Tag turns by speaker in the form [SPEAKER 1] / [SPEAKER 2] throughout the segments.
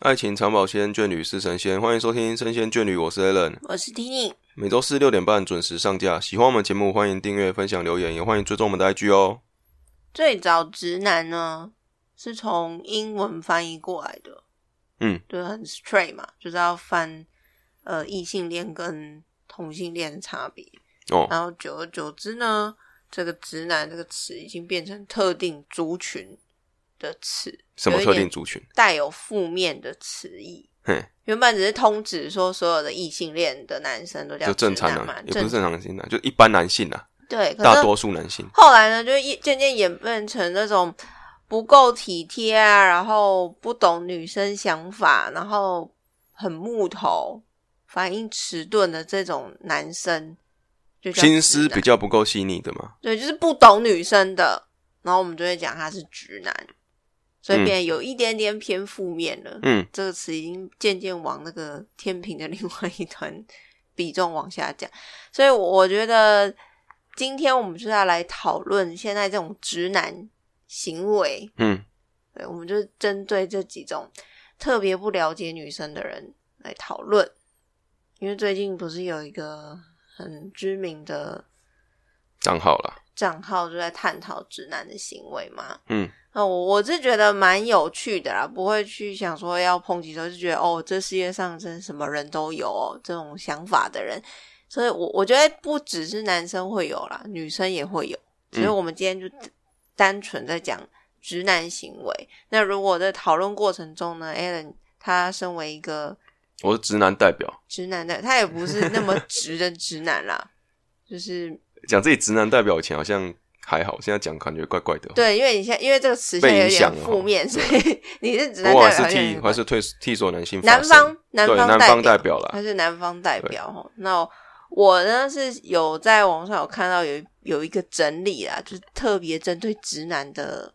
[SPEAKER 1] 爱情长保鲜，眷侣是神仙。欢迎收听《生仙眷侣》，我是 Allen。
[SPEAKER 2] 我是 Tini，
[SPEAKER 1] 每周四六点半准时上架。喜欢我们节目，欢迎订阅、分享、留言，也欢迎追踪我们的 IG 哦。
[SPEAKER 2] 最早直男呢是从英文翻译过来的，
[SPEAKER 1] 嗯，
[SPEAKER 2] 对，很 straight 嘛，就是要翻呃异性恋跟同性恋的差别。
[SPEAKER 1] 哦，
[SPEAKER 2] 然后久而久之呢，这个直男这个词已经变成特定族群的词，
[SPEAKER 1] 什么特定族群？
[SPEAKER 2] 带有负面的词义。
[SPEAKER 1] 嘿，
[SPEAKER 2] 原本只是通指说所有的异性恋的男生都叫
[SPEAKER 1] 就正常
[SPEAKER 2] 直男
[SPEAKER 1] 啊
[SPEAKER 2] 嘛，，
[SPEAKER 1] 也不是
[SPEAKER 2] 正
[SPEAKER 1] 正常性啊，就一般男性啊，
[SPEAKER 2] 对，可
[SPEAKER 1] 大
[SPEAKER 2] 是
[SPEAKER 1] 多数男性。
[SPEAKER 2] 后来呢，就一渐渐演变成那种不够体贴啊，然后不懂女生想法，然后很木头、反应迟钝的这种男生，就叫
[SPEAKER 1] 心思
[SPEAKER 2] 直男
[SPEAKER 1] 比较不够细腻的嘛，
[SPEAKER 2] 对，就是不懂女生的，然后我们就会讲他是直男，所以
[SPEAKER 1] 嗯
[SPEAKER 2] 变得有一点点偏负面了。
[SPEAKER 1] 嗯，
[SPEAKER 2] 这个词已经渐渐往那个天平的另外一端比重往下降， 所以我我觉得今天我们就是要来讨论现在这种直男行为，
[SPEAKER 1] 嗯，
[SPEAKER 2] 对，我们就针对这几种特别不了解女生的人来讨论，因为最近不是有一个很知名的
[SPEAKER 1] 长好了，
[SPEAKER 2] 账号就在探讨直男的行为嘛。
[SPEAKER 1] 嗯，
[SPEAKER 2] 那哦我我是觉得蛮有趣的啦，不会去想说要抨击的时候，就觉得哦，这世界上真什么人都有、哦、这种想法的人。所以我，我觉得不只是男生会有啦，女生也会有。所以，
[SPEAKER 1] 嗯
[SPEAKER 2] 我们今天就单纯在讲直男行为。那如果在讨论过程中呢 a l a n 他身为一个
[SPEAKER 1] 我是直男代表，
[SPEAKER 2] 直男的，他也不是那么 直的直男啦，就是
[SPEAKER 1] 讲自己直男代表以前好像还好，现在讲感觉怪怪的哦。
[SPEAKER 2] 对，因为你现在因为这个词现在有
[SPEAKER 1] 被影响
[SPEAKER 2] 点
[SPEAKER 1] 了啊
[SPEAKER 2] 负面，所以 你是直男
[SPEAKER 1] 不过还
[SPEAKER 2] 代表
[SPEAKER 1] 是
[SPEAKER 2] 好像有
[SPEAKER 1] 替
[SPEAKER 2] 点
[SPEAKER 1] 还是退替所有男性发
[SPEAKER 2] 南
[SPEAKER 1] 声，
[SPEAKER 2] 方南
[SPEAKER 1] 对
[SPEAKER 2] 方
[SPEAKER 1] 南方代
[SPEAKER 2] 代
[SPEAKER 1] 表啦
[SPEAKER 2] 他是南方代表哦。那我呢是有在网上有看到有有一个整理啦，就是特别针对直男的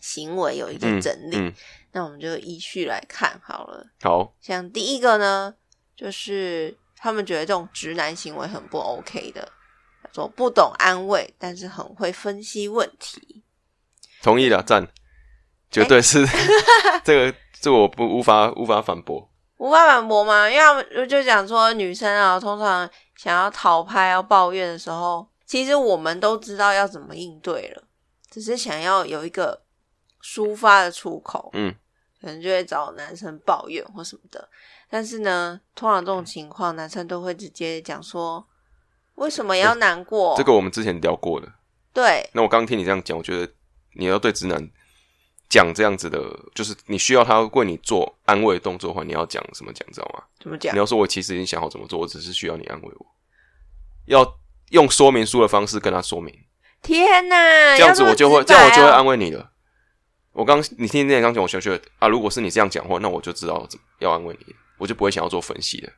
[SPEAKER 2] 行为有一个
[SPEAKER 1] 嗯
[SPEAKER 2] 整理，
[SPEAKER 1] 嗯，
[SPEAKER 2] 那我们就依序来看好了。
[SPEAKER 1] 好，
[SPEAKER 2] 像第一个呢，就是他们觉得这种直男行为很不 OK 的，叫做不懂安慰，但是很会分析问题。
[SPEAKER 1] 同意了，赞，绝对是 这个，这我不无法无法反驳。
[SPEAKER 2] 无法反驳吗？因为他们就讲说，女生啊，通常想要讨拍、要抱怨的时候，其实我们都知道要怎么应对了，只是想要有一个抒发的出口，
[SPEAKER 1] 嗯，
[SPEAKER 2] 可能就会找男生抱怨或什么的。但是呢，通常这种情况，男生都会直接讲说：“为什么要难过？”
[SPEAKER 1] 这个我们之前聊过的。
[SPEAKER 2] 对，
[SPEAKER 1] 那我刚听你这样讲，我觉得你要对直男讲这样子的，就是你需要他为你做安慰的动作的话，你要讲什么讲，知道吗？
[SPEAKER 2] 怎么讲
[SPEAKER 1] 你？要说我其实已经想好怎么做，我只是需要你安慰我，要用说明书的方式跟他说明，
[SPEAKER 2] 天哪！
[SPEAKER 1] 这样子
[SPEAKER 2] 哎要
[SPEAKER 1] 我
[SPEAKER 2] 么
[SPEAKER 1] 就会，
[SPEAKER 2] 直
[SPEAKER 1] 这样我就会
[SPEAKER 2] 白哦
[SPEAKER 1] 安慰你了。我刚你听那刚讲，我就觉得啊，如果是你这样讲话，那我就知道怎么要安慰你，我就不会想要做分析了。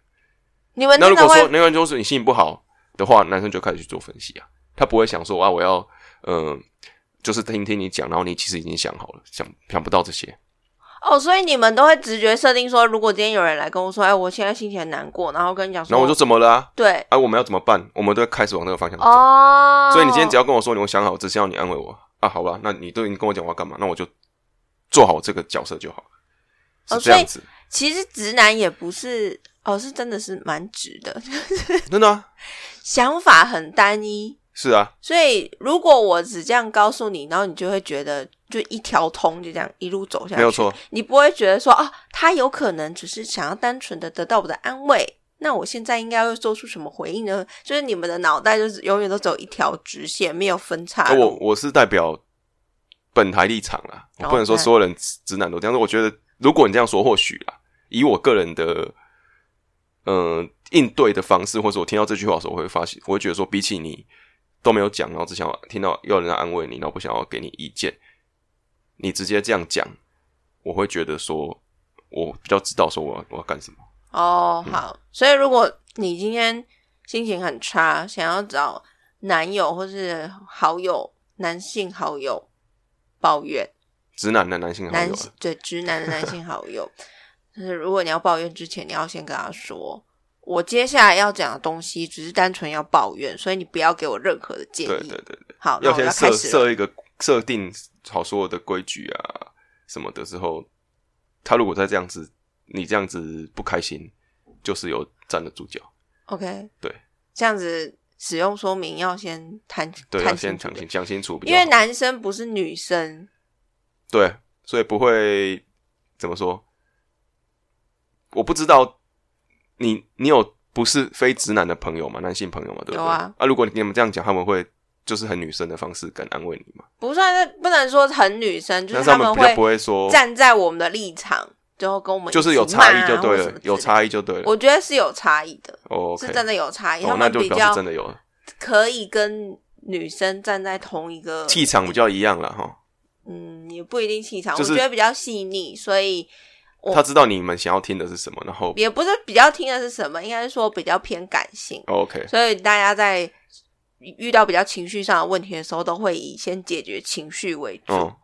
[SPEAKER 2] 你们
[SPEAKER 1] 那
[SPEAKER 2] 真
[SPEAKER 1] 如
[SPEAKER 2] 的
[SPEAKER 1] 果说
[SPEAKER 2] 会
[SPEAKER 1] 那个人就是你心情不好的话，男生就开始去做分析啊，他不会想说啊，我要呃，就是听听你讲，然后你其实已经想好了，想想不到这些，
[SPEAKER 2] 哦，所以你们都会直觉设定说，如果今天有人来跟我说：“哎，我现在心情很难过”，然后跟你讲说，
[SPEAKER 1] 然后我就怎么了啊？
[SPEAKER 2] 对
[SPEAKER 1] 啊，我们要怎么办？我们都开始往那个方向走。
[SPEAKER 2] 哦，
[SPEAKER 1] 所以你今天只要跟我说你我想好，只是要你安慰我啊，好吧？那你都已经跟我讲我要干嘛，那我就做好这个角色就好了，
[SPEAKER 2] 哦
[SPEAKER 1] 是这样子，
[SPEAKER 2] 其实直男也不是哦，是真的是蛮直的，
[SPEAKER 1] 真的啊，
[SPEAKER 2] 想法很单一。
[SPEAKER 1] 是啊，
[SPEAKER 2] 所以如果我只这样告诉你，然后你就会觉得就一条通，就这样一路走下去，
[SPEAKER 1] 没有错，
[SPEAKER 2] 你不会觉得说啊，他有可能只是想要单纯的得到我的安慰。那我现在应该会做出什么回应呢？就是你们的脑袋就是永远都只有一条直线，没有分叉
[SPEAKER 1] 啊我
[SPEAKER 2] 路。
[SPEAKER 1] 我是代表本台立场啦，我不能说
[SPEAKER 2] 哦对
[SPEAKER 1] 所有人直直男都这样，但是我觉得如果你这样说，或许啦，以我个人的嗯、呃应对的方式，或者我听到这句话的时候，我会发现，我会觉得说，比起你都没有讲，然后只想要听到要人家安慰你，然后不想要给你意见，你直接这样讲，我会觉得说，我比较知道说我要我要干什么。
[SPEAKER 2] 哦，好，所以如果你今天心情很差，想要找男友或是好友、男性好友抱怨，
[SPEAKER 1] 直男的男性好
[SPEAKER 2] 男
[SPEAKER 1] 友啊，
[SPEAKER 2] 性对直男的男性好友， 就是如果你要抱怨之前，你要先跟他说，我接下来要讲的东西只是单纯要抱怨，所以你不要给我任何的建议。
[SPEAKER 1] 对对对对，
[SPEAKER 2] 好，那
[SPEAKER 1] 要
[SPEAKER 2] 我要
[SPEAKER 1] 先设
[SPEAKER 2] 开始了。
[SPEAKER 1] 设一个设定好所有的规矩啊什么的之后，他如果再这样子，你这样子不开心，就是有站得住脚。
[SPEAKER 2] OK，
[SPEAKER 1] 对，
[SPEAKER 2] 这样子使用说明要先谈，
[SPEAKER 1] 对，
[SPEAKER 2] 谈
[SPEAKER 1] 要先
[SPEAKER 2] 清
[SPEAKER 1] 讲
[SPEAKER 2] 楚的
[SPEAKER 1] 清讲清楚比较
[SPEAKER 2] 因
[SPEAKER 1] 好，
[SPEAKER 2] 为男生不是女生，
[SPEAKER 1] 对，所以不会怎么说，我不知道你你有不是非直男的朋友吗？男性朋友嘛，对不对？
[SPEAKER 2] 有啊，
[SPEAKER 1] 如果你们这样讲，他们会就是很女生的方式跟安慰你嘛，
[SPEAKER 2] 不算是不能说很女生，就
[SPEAKER 1] 但
[SPEAKER 2] 是
[SPEAKER 1] 是他
[SPEAKER 2] 们
[SPEAKER 1] 比较不
[SPEAKER 2] 会
[SPEAKER 1] 会说，
[SPEAKER 2] 站在我们的立场，然后跟我们
[SPEAKER 1] 就是有
[SPEAKER 2] 一起骂
[SPEAKER 1] 差异就
[SPEAKER 2] 啊
[SPEAKER 1] 对
[SPEAKER 2] 或什
[SPEAKER 1] 了
[SPEAKER 2] 么，之
[SPEAKER 1] 有
[SPEAKER 2] 类的
[SPEAKER 1] 差异就对了。
[SPEAKER 2] 我觉得是有差异的，
[SPEAKER 1] 哦，OK，
[SPEAKER 2] 是真的有差异，
[SPEAKER 1] 哦
[SPEAKER 2] 他，
[SPEAKER 1] 那
[SPEAKER 2] 们
[SPEAKER 1] 就
[SPEAKER 2] 比
[SPEAKER 1] 表示
[SPEAKER 2] 较呃
[SPEAKER 1] 真的有了
[SPEAKER 2] 可以跟女生站在同一个
[SPEAKER 1] 气场比较一样了哈。
[SPEAKER 2] 嗯，也不一定气场，
[SPEAKER 1] 就是
[SPEAKER 2] 我觉得比较细腻，所以我
[SPEAKER 1] 他知道你们想要听的是什么，然后
[SPEAKER 2] 也不是比较听的是什么，应该是说比较偏感性，
[SPEAKER 1] 哦 OK，
[SPEAKER 2] 所以大家在遇到比较情绪上的问题的时候，都会以先解决情绪为主。
[SPEAKER 1] 嗯，
[SPEAKER 2] 对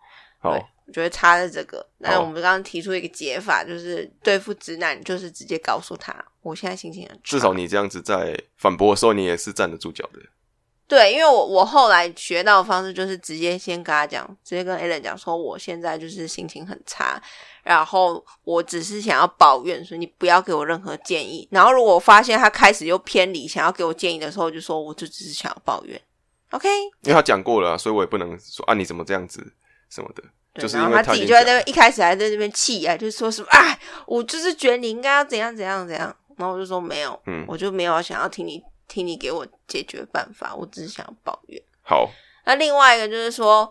[SPEAKER 1] 好，
[SPEAKER 2] 我觉得差在这个。那
[SPEAKER 1] 好
[SPEAKER 2] 我们刚刚提出一个解法，就是对付直男，就是直接告诉他，我现在心情很差
[SPEAKER 1] 至少你这样子在反驳的时候，你也是站得住脚的。
[SPEAKER 2] 对，因为我我后来学到的方式就是直接先跟他讲，直接跟 a l n 讲说，我现在就是心情很差，然后我只是想要抱怨，所以你不要给我任何建议。然后如果我发现他开始又偏离，想要给我建议的时候，我就说我就只是想要抱怨，OK？
[SPEAKER 1] 因为他讲过了啊、所以我也不能说啊你怎么这样子什么的，
[SPEAKER 2] 对
[SPEAKER 1] 就是
[SPEAKER 2] 然
[SPEAKER 1] 因
[SPEAKER 2] 后
[SPEAKER 1] 为
[SPEAKER 2] 自
[SPEAKER 1] 已经
[SPEAKER 2] 己就在那
[SPEAKER 1] 讲
[SPEAKER 2] 边一开始还在那边气啊，就是说什么啊，我就是觉得你应该要怎样怎样怎样，然后我就说没有，
[SPEAKER 1] 嗯
[SPEAKER 2] 我就没有想要听你听你给我解决办法，我只是想要抱怨。
[SPEAKER 1] 好，
[SPEAKER 2] 那另外一个就是说，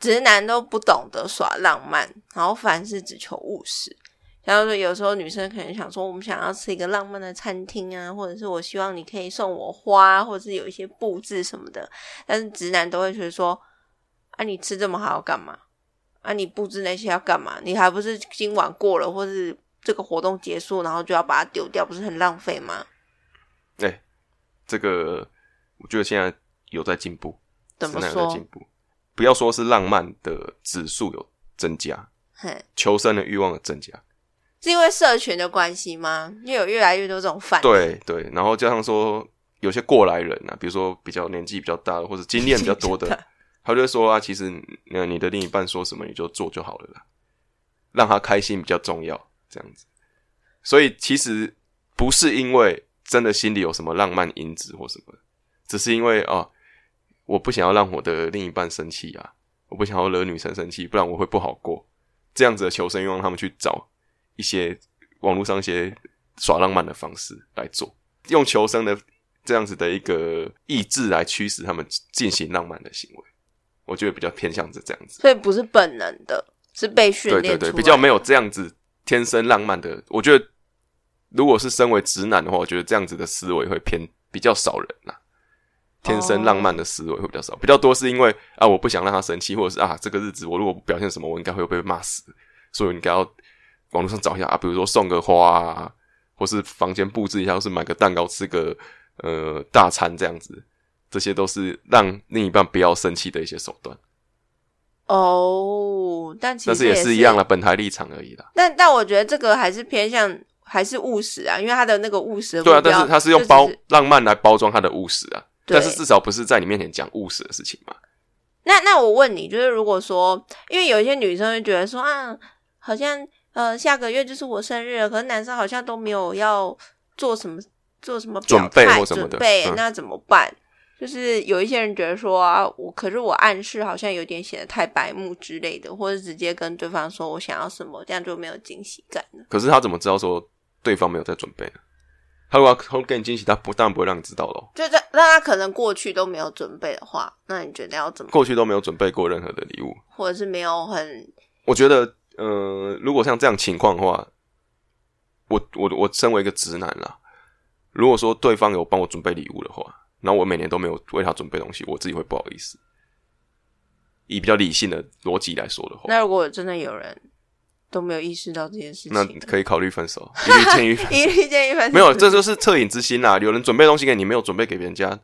[SPEAKER 2] 直男都不懂得耍浪漫，然后凡事只求务实。然后说，有时候女生可能想说，我们想要吃一个浪漫的餐厅啊，或者是我希望你可以送我花，或者是有一些布置什么的。但是直男都会觉得说，啊，你吃这么好要干嘛？啊，你布置那些要干嘛？你还不是今晚过了，或是这个活动结束，然后就要把它丢掉，不是很浪费吗？
[SPEAKER 1] 哎、这个我觉得现在有在进步，
[SPEAKER 2] 怎么
[SPEAKER 1] 直男有在
[SPEAKER 2] 说
[SPEAKER 1] 进？步，不要说是浪漫的指数有增加，
[SPEAKER 2] 嘿，
[SPEAKER 1] 求生的欲望有增加，
[SPEAKER 2] 是因为社群的关系吗？因为有越来越多这种反
[SPEAKER 1] 对对，然后加上说有些过来人啊，比如说比较年纪比较大的或者经验比较多
[SPEAKER 2] 真
[SPEAKER 1] 的
[SPEAKER 2] 的，
[SPEAKER 1] 他就会说啊，其实那你的另一半说什么你就做就好了啦，让他开心比较重要，这样子。所以其实不是因为真的心里有什么浪漫因子或什么的，只是因为啊，我不想要让我的另一半生气啊，我不想要惹女生生气，不然我会呃不好过。这样子的求生欲望，他们去找一些网络上一些耍浪漫的方式来做，用求生的这样子的一个意志来驱使他们进行浪漫的行为。我觉得比较偏向是这样子，
[SPEAKER 2] 所以不是本能的，是被训
[SPEAKER 1] 对对
[SPEAKER 2] 练出
[SPEAKER 1] 对，
[SPEAKER 2] 来的
[SPEAKER 1] 比较没有这样子天生浪漫的。我觉得如果是身为直男的话，我觉得这样子的思维会偏比较少人啦、天生浪
[SPEAKER 2] 哦
[SPEAKER 1] 漫的思维会比较少，比较多是因为啊，我不想让他生气，或者是啊，这个日子我如果不表现什么，我应该会被骂死，所以我应该要网络上找一下啊，比如说送个花啊，或是房间布置一下，或是买个蛋糕吃个呃大餐这样子，这些都是让另一半不要生气的一些手段，
[SPEAKER 2] 哦。但其
[SPEAKER 1] 但是
[SPEAKER 2] 实
[SPEAKER 1] 也
[SPEAKER 2] 是
[SPEAKER 1] 是一样啦，本台立场而已啦。
[SPEAKER 2] 但但我觉得这个还是偏向还是务实啊，因为他的那个务实的
[SPEAKER 1] 对啊
[SPEAKER 2] 目，标
[SPEAKER 1] 但是他是
[SPEAKER 2] 就
[SPEAKER 1] 用
[SPEAKER 2] 只
[SPEAKER 1] 包浪漫来包装他的务实啊，
[SPEAKER 2] 对
[SPEAKER 1] 但是至少不是在你面前讲务实的事情嘛。
[SPEAKER 2] 那那我问你，就是如果说，因为有一些女生会觉得说啊，好像呃下个月就是我生日了，可是男生好像都没有要做什么做什么表
[SPEAKER 1] 准备
[SPEAKER 2] 态
[SPEAKER 1] 或什么的
[SPEAKER 2] 准备
[SPEAKER 1] 嗯
[SPEAKER 2] 那怎么办？就是有一些人觉得说啊，我可是我暗示好像有点显得太白目之类的，或者直接跟对方说我想要什么，这样就没有惊喜感了。
[SPEAKER 1] 可是他怎么知道说对方没有在准备呢？他如果要给你惊喜，他不当然不会让你知道咯。
[SPEAKER 2] 就这，那他可能过去都没有准备的话，那你觉得要怎么，
[SPEAKER 1] 过去都没有准备过任何的礼物，
[SPEAKER 2] 或者是没有很
[SPEAKER 1] 我觉得，呃，如果像这样情况的话，我我我身为一个直男啦，如果说对方有帮我准备礼物的话，然后我每年都没有为他准备东西，我自己会不好意思。以比较理性的逻辑来说的话，
[SPEAKER 2] 那如果真的有人都没有意识到这件事情
[SPEAKER 1] 那
[SPEAKER 2] 呢，
[SPEAKER 1] 可以考虑分手，一律建议分
[SPEAKER 2] 一律建议 分手。
[SPEAKER 1] 没有，这就是恻隐之心啦。有人准备东西给你，没有准备给人家，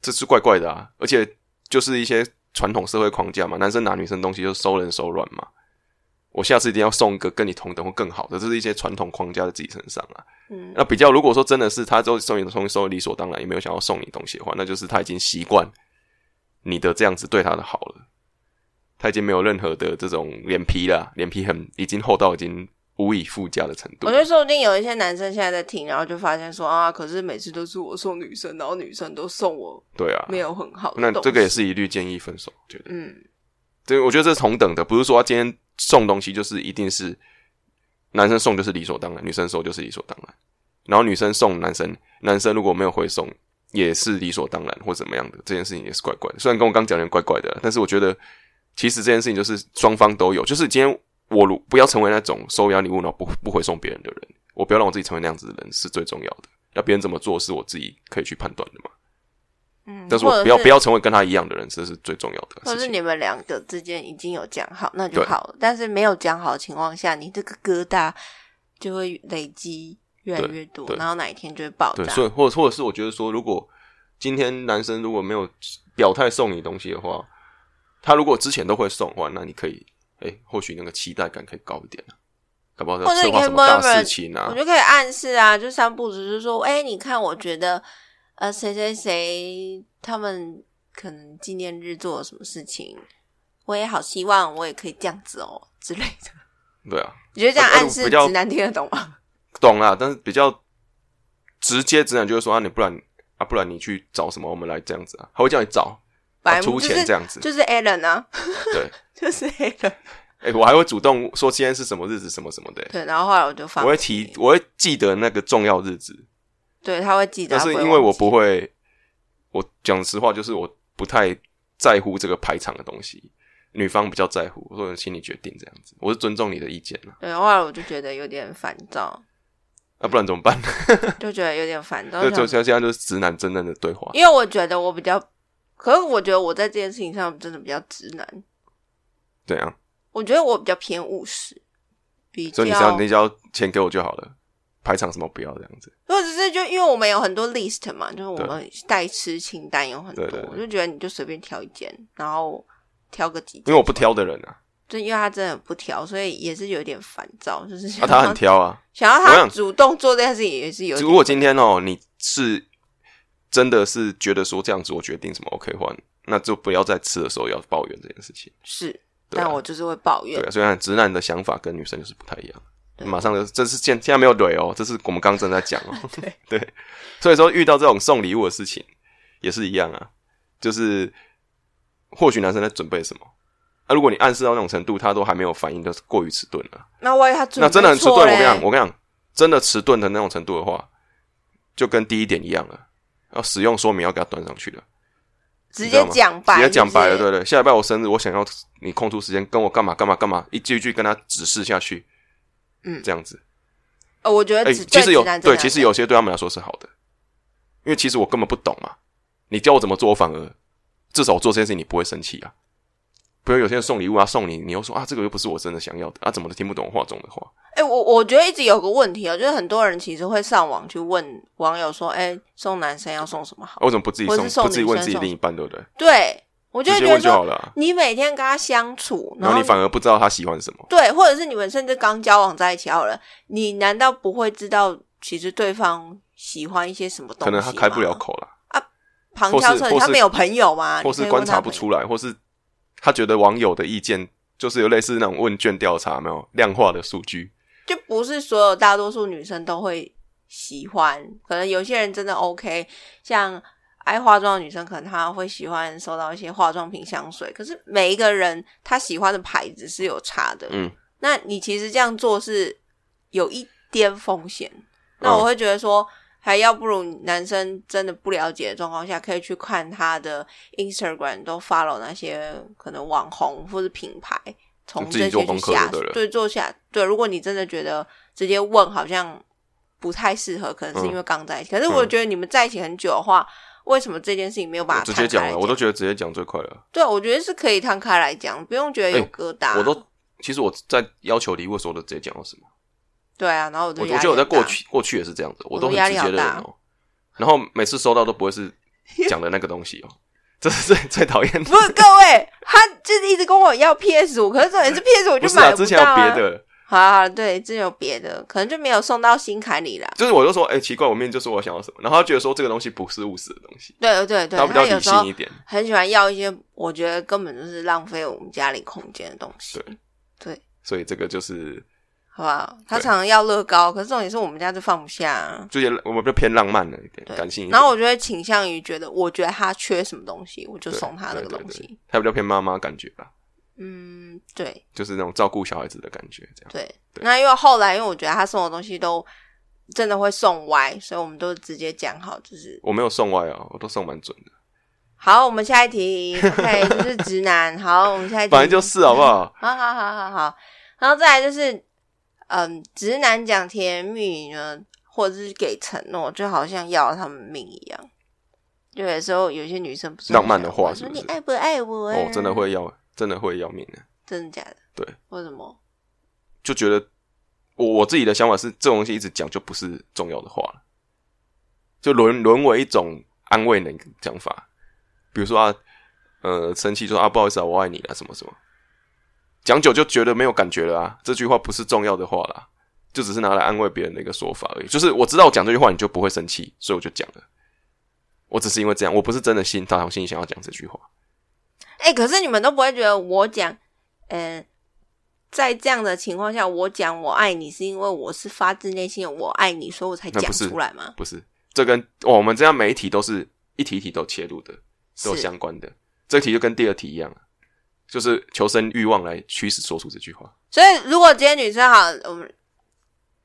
[SPEAKER 1] 这是怪怪的啊。而且就是一些传统社会框架嘛，男生拿女生东西就收人手软嘛。我下次一定要送一个跟你同等或更好的，这是一些传统框架在自己身上啊。
[SPEAKER 2] 嗯
[SPEAKER 1] 那比较，如果说真的是他都送你的东西收得理所当然，也没有想要送你东西的话，那就是他已经习惯你的这样子对他的好了，他已经没有任何的这种脸皮啦，脸皮很已经厚到已经无以复加的程度
[SPEAKER 2] 我觉。得说不定有一些男生现在在听，然后就发现说啊，可是每次都是我送女生，然后女生都送我
[SPEAKER 1] 对啊，
[SPEAKER 2] 没有很好的
[SPEAKER 1] 那
[SPEAKER 2] 东
[SPEAKER 1] 这个也
[SPEAKER 2] 西
[SPEAKER 1] 是一律建议分手。我觉得，
[SPEAKER 2] 嗯，
[SPEAKER 1] 对，我觉得这是同等的，不是说他今天送东西就是一定是男生送就是理所当然，女生收就是理所当然。然后女生送男生，男生如果没有回送也是理所当然或怎么样的，这件事情也是怪怪的。虽然跟我刚讲的怪怪的，啊但是我觉得其实这件事情就是双方都有，就是今天我如不要成为那种收人家礼物然后不不回送别人的人，我不要让我自己成为那样子的人是最重要的。那别人怎么做是我自己可以去判断的嘛，
[SPEAKER 2] 嗯
[SPEAKER 1] 但是
[SPEAKER 2] 或
[SPEAKER 1] 我
[SPEAKER 2] 者
[SPEAKER 1] 不要不要成为跟他一样的人，这是最重要的事情。
[SPEAKER 2] 或是你们两个之间已经有讲好，那就
[SPEAKER 1] 对
[SPEAKER 2] 好了。但是没有讲好的情况下，你这个疙瘩就会累积越来
[SPEAKER 1] 对
[SPEAKER 2] 越多，
[SPEAKER 1] 对
[SPEAKER 2] 然后哪一天就会爆
[SPEAKER 1] 对，
[SPEAKER 2] 炸。
[SPEAKER 1] 所以或者或者是我觉得说，如果今天男生如果没有表态送你东西的话，他如果之前都会送的话，那你可以，哎、或许那个期待感可以高一点啊，搞不好
[SPEAKER 2] 或者
[SPEAKER 1] 策
[SPEAKER 2] 你
[SPEAKER 1] 划
[SPEAKER 2] 可以
[SPEAKER 1] 什么大
[SPEAKER 2] murmur，
[SPEAKER 1] 事情啊
[SPEAKER 2] 我，就可以暗示啊，就三步只是说，哎、你看，我觉得呃，谁谁谁他们可能纪念日做了什么事情，我也好希望我也可以这样子哦之类 的。
[SPEAKER 1] 对啊，
[SPEAKER 2] 你觉得这样
[SPEAKER 1] 呃呃
[SPEAKER 2] 暗示
[SPEAKER 1] 比较哦
[SPEAKER 2] 直男听得懂 吗？
[SPEAKER 1] 懂啦，但是比较直接直男就会说啊，你不然啊，不然你去找什么，我们来这样子啊，他会叫你找，
[SPEAKER 2] 反
[SPEAKER 1] 啊、
[SPEAKER 2] 正
[SPEAKER 1] 出
[SPEAKER 2] 就
[SPEAKER 1] 钱
[SPEAKER 2] 是
[SPEAKER 1] 这样子，
[SPEAKER 2] 就是 Alan 啊，
[SPEAKER 1] 对，
[SPEAKER 2] 就是 Alan。
[SPEAKER 1] 哎、我还会主动说今天是什么日子什么什么的、
[SPEAKER 2] 对，然后后来我就放
[SPEAKER 1] 我
[SPEAKER 2] 弃，
[SPEAKER 1] 会提，我会记得那个重要日子，
[SPEAKER 2] 对他会记得，
[SPEAKER 1] 但是
[SPEAKER 2] 他会
[SPEAKER 1] 因为我
[SPEAKER 2] 忘记
[SPEAKER 1] 不会，我讲实话，就是我不太在乎这个排场的东西，女方比较在乎，我说请你决定这样子，我是尊重你的意见啊，
[SPEAKER 2] 对，后来我就觉得有点烦躁，
[SPEAKER 1] 啊，不然怎么办？
[SPEAKER 2] 就觉得有点烦躁，
[SPEAKER 1] 这
[SPEAKER 2] 想
[SPEAKER 1] 就像现在就是直男真正的对话，
[SPEAKER 2] 因为我觉得我比较，可是我觉得我在这件事情上真的比较直男，
[SPEAKER 1] 对啊，
[SPEAKER 2] 我觉得我比较偏务实，比较
[SPEAKER 1] 所以你只要你只要钱给我就好了，排场什么不要这样子，
[SPEAKER 2] 或者是就因为我们有很多 list 嘛，就是我
[SPEAKER 1] 对
[SPEAKER 2] 们代吃清单有很多，
[SPEAKER 1] 对对对
[SPEAKER 2] 我就觉得你就随便挑一间，然后挑个几
[SPEAKER 1] 因
[SPEAKER 2] 间，
[SPEAKER 1] 为我不挑的人啊，
[SPEAKER 2] 就因为他真的很不挑，所以也是有点烦躁，就是
[SPEAKER 1] 啊，
[SPEAKER 2] 想要、
[SPEAKER 1] 他很挑啊，
[SPEAKER 2] 想要
[SPEAKER 1] 我
[SPEAKER 2] 他
[SPEAKER 1] 想
[SPEAKER 2] 主动做这件事情也是有点
[SPEAKER 1] 如果今天哦你是真的是觉得说这样子我决定什么 OK 换，那就不要在吃的时候要抱怨这件事情。
[SPEAKER 2] 是，
[SPEAKER 1] 对啊
[SPEAKER 2] 但我就是会抱
[SPEAKER 1] 对
[SPEAKER 2] 怨，
[SPEAKER 1] 啊，所以很直男的想法跟女生就是不太一样。
[SPEAKER 2] 对
[SPEAKER 1] 马上就这是现现在没有怼哦，这是我们刚刚正在讲哦。
[SPEAKER 2] 对
[SPEAKER 1] 所以说遇到这种送礼物的事情也是一样啊，就是或许男生在准备什么，啊，如果你暗示到那种程度，他都还没有反应，就是过于迟钝了。
[SPEAKER 2] 那万一他准
[SPEAKER 1] 那真的很迟钝，
[SPEAKER 2] 备
[SPEAKER 1] 我
[SPEAKER 2] 错欸
[SPEAKER 1] 跟你
[SPEAKER 2] 嘞
[SPEAKER 1] 讲，我跟你讲，真的迟钝的那种程度的话，就跟第一点一样了。要使用说明要给他端上去的，
[SPEAKER 2] 直
[SPEAKER 1] 你知道
[SPEAKER 2] 接
[SPEAKER 1] 吗
[SPEAKER 2] 讲白，
[SPEAKER 1] 直接讲白了，
[SPEAKER 2] 就是
[SPEAKER 1] 对对。下礼拜我生日，我想要你空出时间跟我干嘛干嘛干嘛，一句一句跟他指示下去，
[SPEAKER 2] 嗯
[SPEAKER 1] 这样子。
[SPEAKER 2] 呃，我觉
[SPEAKER 1] 哎、
[SPEAKER 2] 得只
[SPEAKER 1] 其实有
[SPEAKER 2] 直男
[SPEAKER 1] 对，
[SPEAKER 2] 直男
[SPEAKER 1] 其实有些对他们来说是好的，因为其实我根本不懂嘛。你教我怎么做，我反而至少我做这件事情你不会生气啊。比如有些人送礼物啊，送你，你又说啊，这个又不是我真的想要的啊，怎么都听不懂我话中的话。
[SPEAKER 2] 哎、我我觉得一直有个问题哦，就是很多人其实会上网去问网友说，哎、送男生要送什么
[SPEAKER 1] 啊
[SPEAKER 2] 好？
[SPEAKER 1] 为什么不自己
[SPEAKER 2] 或
[SPEAKER 1] 送，
[SPEAKER 2] 是送
[SPEAKER 1] 不自己问
[SPEAKER 2] 女生
[SPEAKER 1] 自己
[SPEAKER 2] 送
[SPEAKER 1] 另一半，对不对？
[SPEAKER 2] 对，我就会
[SPEAKER 1] 直
[SPEAKER 2] 觉
[SPEAKER 1] 接
[SPEAKER 2] 得
[SPEAKER 1] 问就好
[SPEAKER 2] 说，
[SPEAKER 1] 了啊、
[SPEAKER 2] 你每天跟他相处，
[SPEAKER 1] 然
[SPEAKER 2] 后
[SPEAKER 1] 后你反而不知道他喜欢什么，
[SPEAKER 2] 对，或者是你们甚至刚交往在一起好了，你难道不会知道其实对方喜欢一些什么东西
[SPEAKER 1] 可能他开不了
[SPEAKER 2] 吗
[SPEAKER 1] 口啦，
[SPEAKER 2] 旁
[SPEAKER 1] 或
[SPEAKER 2] 敲
[SPEAKER 1] 是
[SPEAKER 2] 侧击，
[SPEAKER 1] 或
[SPEAKER 2] 他
[SPEAKER 1] 是
[SPEAKER 2] 没有朋友
[SPEAKER 1] 或
[SPEAKER 2] 吗？啊你可
[SPEAKER 1] 是
[SPEAKER 2] 以
[SPEAKER 1] 观
[SPEAKER 2] 问
[SPEAKER 1] 察
[SPEAKER 2] 他
[SPEAKER 1] 不
[SPEAKER 2] 朋友
[SPEAKER 1] 出来，或是他觉得网友的意见就是有类似那种问卷调查，有没有量化的数据，
[SPEAKER 2] 就不是所有大多数女生都会喜欢，可能有些人真的 OK，像爱化妆的女生，可能她会喜欢收到一些化妆品、香水。可是每一个人他喜欢的牌子是有差的，
[SPEAKER 1] 嗯，
[SPEAKER 2] 那你其实这样做是有一点风险。那
[SPEAKER 1] 嗯
[SPEAKER 2] 哦我会觉得说，还要不如男生真的不了解的状况下，可以去看他的 Instagram，都 follow 那些可能网红或是品牌，从
[SPEAKER 1] 自己
[SPEAKER 2] 这
[SPEAKER 1] 做
[SPEAKER 2] 些去
[SPEAKER 1] 功课
[SPEAKER 2] 下
[SPEAKER 1] 就对了
[SPEAKER 2] 对做下对。如果你真的觉得直接问好像不太适合，可能是因为刚在一起。可是我觉得你们在一起很久的话，为什么这件事情没有把它
[SPEAKER 1] 直接
[SPEAKER 2] 摊开
[SPEAKER 1] 讲
[SPEAKER 2] 来
[SPEAKER 1] 了，我都觉得直接讲最快了。
[SPEAKER 2] 对，我觉得是可以摊开来讲，不啊用觉得有
[SPEAKER 1] 哎
[SPEAKER 2] 疙瘩。
[SPEAKER 1] 我都其实我在要求礼物的时候都直接讲到什么，
[SPEAKER 2] 对啊，然后我就
[SPEAKER 1] 我
[SPEAKER 2] 压
[SPEAKER 1] 我
[SPEAKER 2] 力
[SPEAKER 1] 觉得我在
[SPEAKER 2] 很大
[SPEAKER 1] 过去过去也是这样子，我都
[SPEAKER 2] 我
[SPEAKER 1] 很
[SPEAKER 2] 压
[SPEAKER 1] 直
[SPEAKER 2] 力
[SPEAKER 1] 接的
[SPEAKER 2] 好
[SPEAKER 1] 人
[SPEAKER 2] 大
[SPEAKER 1] 哦、然后每次收到都不会是讲的那个东西哦、这是最 最讨厌的
[SPEAKER 2] 不。是各位，他就是一直跟我要 PS 五，可是重点是 PS 五
[SPEAKER 1] 不
[SPEAKER 2] 就是买
[SPEAKER 1] 啊，
[SPEAKER 2] 不到、
[SPEAKER 1] 之前有别。的，
[SPEAKER 2] 好啊、好啊对，之前有别的，可能就没有送到心坎里啦。
[SPEAKER 1] 就是我就说，哎、奇怪，我明明就说我想要什么，然后他觉得说这个东西不是务实的东西，
[SPEAKER 2] 对对对，
[SPEAKER 1] 他比较
[SPEAKER 2] 他有
[SPEAKER 1] 理
[SPEAKER 2] 时
[SPEAKER 1] 性
[SPEAKER 2] 候
[SPEAKER 1] 一点。
[SPEAKER 2] 很喜欢要一些我觉得根本就是浪费我们家里空间的东西。
[SPEAKER 1] 所以这个就是
[SPEAKER 2] 好吧？他
[SPEAKER 1] 对
[SPEAKER 2] 常常要乐高，可是重点是我们家就放不下、啊。
[SPEAKER 1] 最近我们就偏浪漫了一
[SPEAKER 2] 对
[SPEAKER 1] 点，感性一点。
[SPEAKER 2] 然后我就会倾向于觉得，我觉得他缺什么东西，我就
[SPEAKER 1] 对
[SPEAKER 2] 送他那
[SPEAKER 1] 对
[SPEAKER 2] 个
[SPEAKER 1] 对
[SPEAKER 2] 东
[SPEAKER 1] 对
[SPEAKER 2] 西。
[SPEAKER 1] 他比较偏妈妈感觉吧，
[SPEAKER 2] 嗯，对
[SPEAKER 1] 就是那种照顾小孩子的感觉，这样。
[SPEAKER 2] 对。
[SPEAKER 1] 对
[SPEAKER 2] 那因为后来，因为我觉得他送的东西都真的会送歪，所以我们都直接讲好，就是
[SPEAKER 1] 我没有送外啊，我都送蛮准的，
[SPEAKER 2] 好，我们下一题 ，OK，就是直男。好，我们下一题，
[SPEAKER 1] 反正就是啊好不好？
[SPEAKER 2] 好好好好好，然后再来就是，嗯，直男讲甜言蜜语呢，或者是给承诺，就好像要了他们命一样。就有时候有些女生不是
[SPEAKER 1] 浪漫的
[SPEAKER 2] 会讲
[SPEAKER 1] 话是
[SPEAKER 2] 说
[SPEAKER 1] 不是
[SPEAKER 2] 你爱不爱我、啊？
[SPEAKER 1] 哦，真的，会要，真的会要命的，
[SPEAKER 2] 真的假的？
[SPEAKER 1] 对，
[SPEAKER 2] 为什么？
[SPEAKER 1] 就觉得我我自己的想法是，这种东西一直讲就不是重要的话了，就沦沦为一种安慰的讲法。比如说啊，呃，生气说啊，不好意思啊，我爱你啊，什么什么，讲久就觉得没有感觉了啊，这句话不是重要的话啦，就只是拿来安慰别人的一个说法而已。就是我知道我讲这句话你就不会生气，所以我就讲了。我只是因为这样，我不是真的心，打从心里想要讲这句话。
[SPEAKER 2] 哎、可是你们都不会觉得我讲，嗯、在这样的情况下，我讲我爱你，是因为我是发自内心的我爱你，所以我才
[SPEAKER 1] 那
[SPEAKER 2] 讲
[SPEAKER 1] 不是
[SPEAKER 2] 出来吗？
[SPEAKER 1] 不是，这跟、哦、我们这样每一题都是一题一题都切入的，
[SPEAKER 2] 是
[SPEAKER 1] 都有相关的。这题就跟第二题一样，就是求生欲望来驱使说出这句话。
[SPEAKER 2] 所以如果今天女生好，我们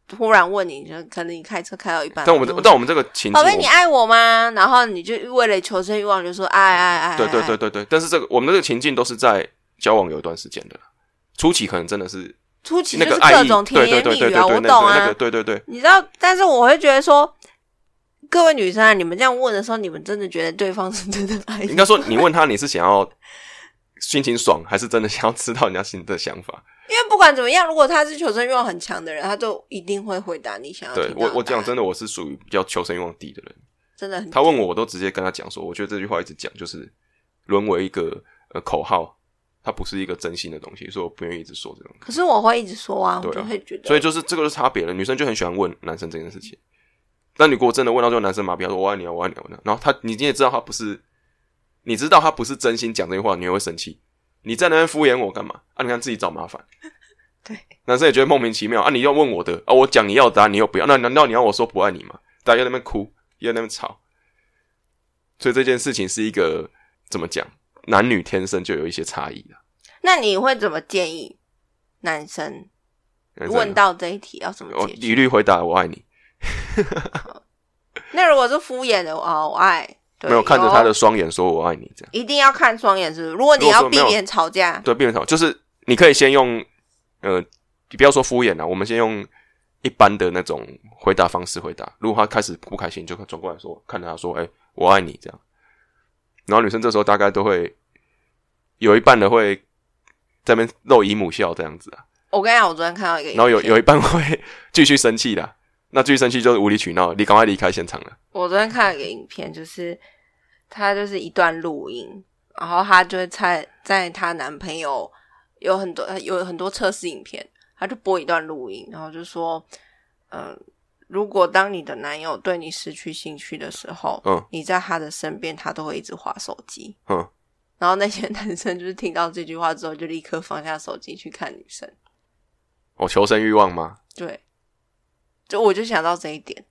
[SPEAKER 2] 突然问你，就可能你开车开到一半，
[SPEAKER 1] 但我们
[SPEAKER 2] 就问
[SPEAKER 1] 但我们这个情境
[SPEAKER 2] 宝
[SPEAKER 1] 我
[SPEAKER 2] 贝，
[SPEAKER 1] 们，
[SPEAKER 2] 你爱我吗？然后你就为了求生欲望，就说爱爱爱。
[SPEAKER 1] 对对
[SPEAKER 2] 爱
[SPEAKER 1] 对，对对，但是这个我们这个情境都是在交往有一段时间的，初期可能真的是
[SPEAKER 2] 初期
[SPEAKER 1] 那
[SPEAKER 2] 就
[SPEAKER 1] 个
[SPEAKER 2] 是
[SPEAKER 1] 爱
[SPEAKER 2] 各
[SPEAKER 1] 意，
[SPEAKER 2] 种
[SPEAKER 1] 对
[SPEAKER 2] 甜
[SPEAKER 1] 对
[SPEAKER 2] 言
[SPEAKER 1] 对
[SPEAKER 2] 蜜
[SPEAKER 1] 对对
[SPEAKER 2] 语
[SPEAKER 1] 对，
[SPEAKER 2] 啊，我懂
[SPEAKER 1] 那个
[SPEAKER 2] 啊。
[SPEAKER 1] 对对对，
[SPEAKER 2] 你知道，但是我会觉得说，各位女生啊，你们这样问的时候，你们真的觉得对方是真的爱
[SPEAKER 1] 应
[SPEAKER 2] 你？
[SPEAKER 1] 该说你问他你是想要心情爽，还是真的想要知道人家心的想法？
[SPEAKER 2] 因为不管怎么样，如果他是求生欲望很强的人，他就一定会回答你想要
[SPEAKER 1] 对
[SPEAKER 2] 听到
[SPEAKER 1] 我我
[SPEAKER 2] 的答
[SPEAKER 1] 讲
[SPEAKER 2] 案
[SPEAKER 1] 真的，我是属于比较求生欲望低的人。
[SPEAKER 2] 真的很
[SPEAKER 1] 他问我，我都直接跟他讲说，我觉得这句话一直讲就是沦为一个呃口号，它不是一个真心的东西，所以我不愿意一直说这种。
[SPEAKER 2] 可是我会一直说啊，
[SPEAKER 1] 对
[SPEAKER 2] 我
[SPEAKER 1] 啊
[SPEAKER 2] 就会觉得，
[SPEAKER 1] 所以就是这个就是差别了，女生就很喜欢问男生这件事情。但你如果真的问到这个男生麻痹，他说我爱你啊，我爱你啊，我爱你啊然后他你你也知道他不是，你知道他不是真心讲这句话，你也会生气。你在那边敷衍我干 嘛？啊，你看自己找麻烦。
[SPEAKER 2] 对，
[SPEAKER 1] 男生也觉得莫名其妙啊！你要问我的啊，我讲你要的答案，你又不要，那难道你要我说不爱你吗？大家在那边哭，又在那边吵，所以这件事情是一个怎么讲，男女天生就有一些差异的。
[SPEAKER 2] 那你会怎么建议男生
[SPEAKER 1] 男生哦
[SPEAKER 2] 问到这一题要怎么
[SPEAKER 1] 我
[SPEAKER 2] 解决？
[SPEAKER 1] 一律回答我爱你，
[SPEAKER 2] 那如果是敷衍的哦，我爱，对
[SPEAKER 1] 没有看着他
[SPEAKER 2] 有
[SPEAKER 1] 的双眼说我爱你这样。
[SPEAKER 2] 一定要看双眼，是不是？如果你
[SPEAKER 1] 如果
[SPEAKER 2] 要
[SPEAKER 1] 说
[SPEAKER 2] 避
[SPEAKER 1] 没有
[SPEAKER 2] 免吵架，
[SPEAKER 1] 对，避免吵，就是你可以先用呃，你不要说敷衍啦，我们先用一般的那种回答方式回答。如果他开始不开心，就转过来说，看着他说：“哎、我爱你。”这样。然后女生这时候大概都会有一半的会在那边露姨母笑这样子啊，
[SPEAKER 2] 我跟你讲，我昨天看到一个影片，
[SPEAKER 1] 然后有有一半会 继续生气的，那继续生气就是无理取闹，你赶快离开现场了。
[SPEAKER 2] 我昨天看了一个影片，就是她就是一段录音，然后她就会在在她男朋友有很多有很多测试影片，她就播一段录音，然后就说，嗯、如果当你的男友对你失去兴趣的时候，
[SPEAKER 1] 嗯
[SPEAKER 2] 你在他的身边，他都会一直划手机，
[SPEAKER 1] 嗯，
[SPEAKER 2] 然后那些 男生就是听到这句话之后，就立刻放下手机去看女生。
[SPEAKER 1] 我求生欲望吗？
[SPEAKER 2] 对，就我就想到这一点，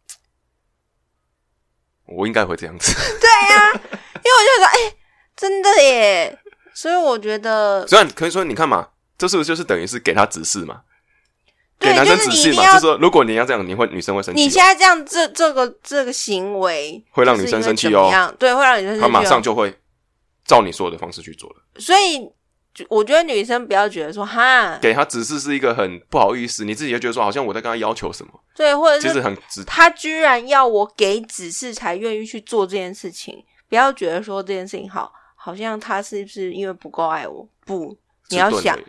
[SPEAKER 1] 我应该会这样子。
[SPEAKER 2] 因为我就想说，哎、真的耶！所以我觉得，
[SPEAKER 1] 虽然可以说，你看嘛，这是不是就是等于是给他指示嘛？
[SPEAKER 2] 对
[SPEAKER 1] 给男生
[SPEAKER 2] 就
[SPEAKER 1] 指
[SPEAKER 2] 是你
[SPEAKER 1] 示
[SPEAKER 2] 一定
[SPEAKER 1] 嘛，
[SPEAKER 2] 要
[SPEAKER 1] 就说如果你要这样，你会女生会生气哦，
[SPEAKER 2] 你现在这样这这个这个行为
[SPEAKER 1] 会让
[SPEAKER 2] 就
[SPEAKER 1] 女
[SPEAKER 2] 是
[SPEAKER 1] 生
[SPEAKER 2] 因为
[SPEAKER 1] 生气
[SPEAKER 2] 怎么
[SPEAKER 1] 哦
[SPEAKER 2] 样对，会让女生生气、
[SPEAKER 1] 她
[SPEAKER 2] 哦。
[SPEAKER 1] 马上就会照你说的方式去做了。
[SPEAKER 2] 所以就我觉得女生不要觉得说哈，
[SPEAKER 1] 给他指示是一个很不好意思，你自己就觉得说好像我在跟他要求什么，
[SPEAKER 2] 对，或
[SPEAKER 1] 其
[SPEAKER 2] 者
[SPEAKER 1] 实
[SPEAKER 2] 是
[SPEAKER 1] 很直。
[SPEAKER 2] 他居然要我给指示才愿意去做这件事情，不要觉得说这件事情好，好像他是不是因为不够爱我？不，你要
[SPEAKER 1] 迟钝
[SPEAKER 2] 想
[SPEAKER 1] 而已，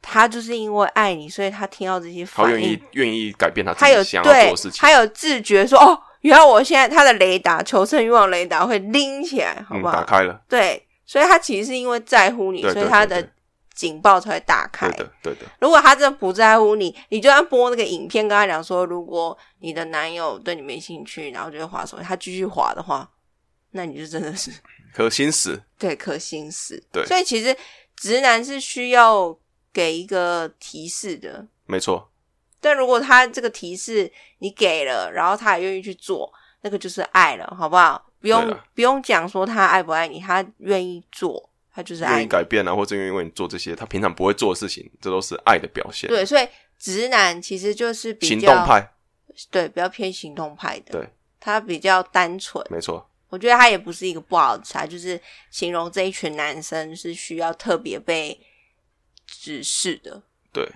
[SPEAKER 2] 他就是因为爱你，所以他听到这些
[SPEAKER 1] 他
[SPEAKER 2] 反
[SPEAKER 1] 愿
[SPEAKER 2] 应
[SPEAKER 1] 意，愿意改变他自
[SPEAKER 2] 他有
[SPEAKER 1] 己想要做
[SPEAKER 2] 对
[SPEAKER 1] 的事，情。嗯
[SPEAKER 2] 他有自觉说哦，原来我现在他的雷达求生欲望雷达会拎起来，好
[SPEAKER 1] 嗯，
[SPEAKER 2] 不好？
[SPEAKER 1] 打开了，
[SPEAKER 2] 对，所以他其实是因为在乎你，
[SPEAKER 1] 对
[SPEAKER 2] 所以
[SPEAKER 1] 对
[SPEAKER 2] 他
[SPEAKER 1] 对
[SPEAKER 2] 的警报才会打开
[SPEAKER 1] 对。的，对的，
[SPEAKER 2] 如果他真的不在乎你，你就算播那个影片跟他讲说，如果你的男友对你没兴趣，然后就会划手机，他继续划的话，那你就真的是
[SPEAKER 1] 可心死。
[SPEAKER 2] 对颗心思。
[SPEAKER 1] 对
[SPEAKER 2] 所以其实直男是需要给一个提示的，
[SPEAKER 1] 没错，
[SPEAKER 2] 但如果他这个提示你给了，然后他也愿意去做，那个就是爱了，好不好？不
[SPEAKER 1] 对啊
[SPEAKER 2] 用
[SPEAKER 1] 啦
[SPEAKER 2] 不用讲说他爱不爱你，他愿意做，他就是爱
[SPEAKER 1] 愿
[SPEAKER 2] 你
[SPEAKER 1] 意。改变啊，或者愿意为你做这些他平常不会做的事情，这都是爱的表现。，
[SPEAKER 2] 对，所以直男其实就是比较
[SPEAKER 1] 行动，派，
[SPEAKER 2] 对，比较偏行动派的，
[SPEAKER 1] 对，
[SPEAKER 2] 他比较单纯。
[SPEAKER 1] 没错，
[SPEAKER 2] 我觉得他也不是一个不好的词啊，就是形容这一群男生是需要特别被指示的。
[SPEAKER 1] 对，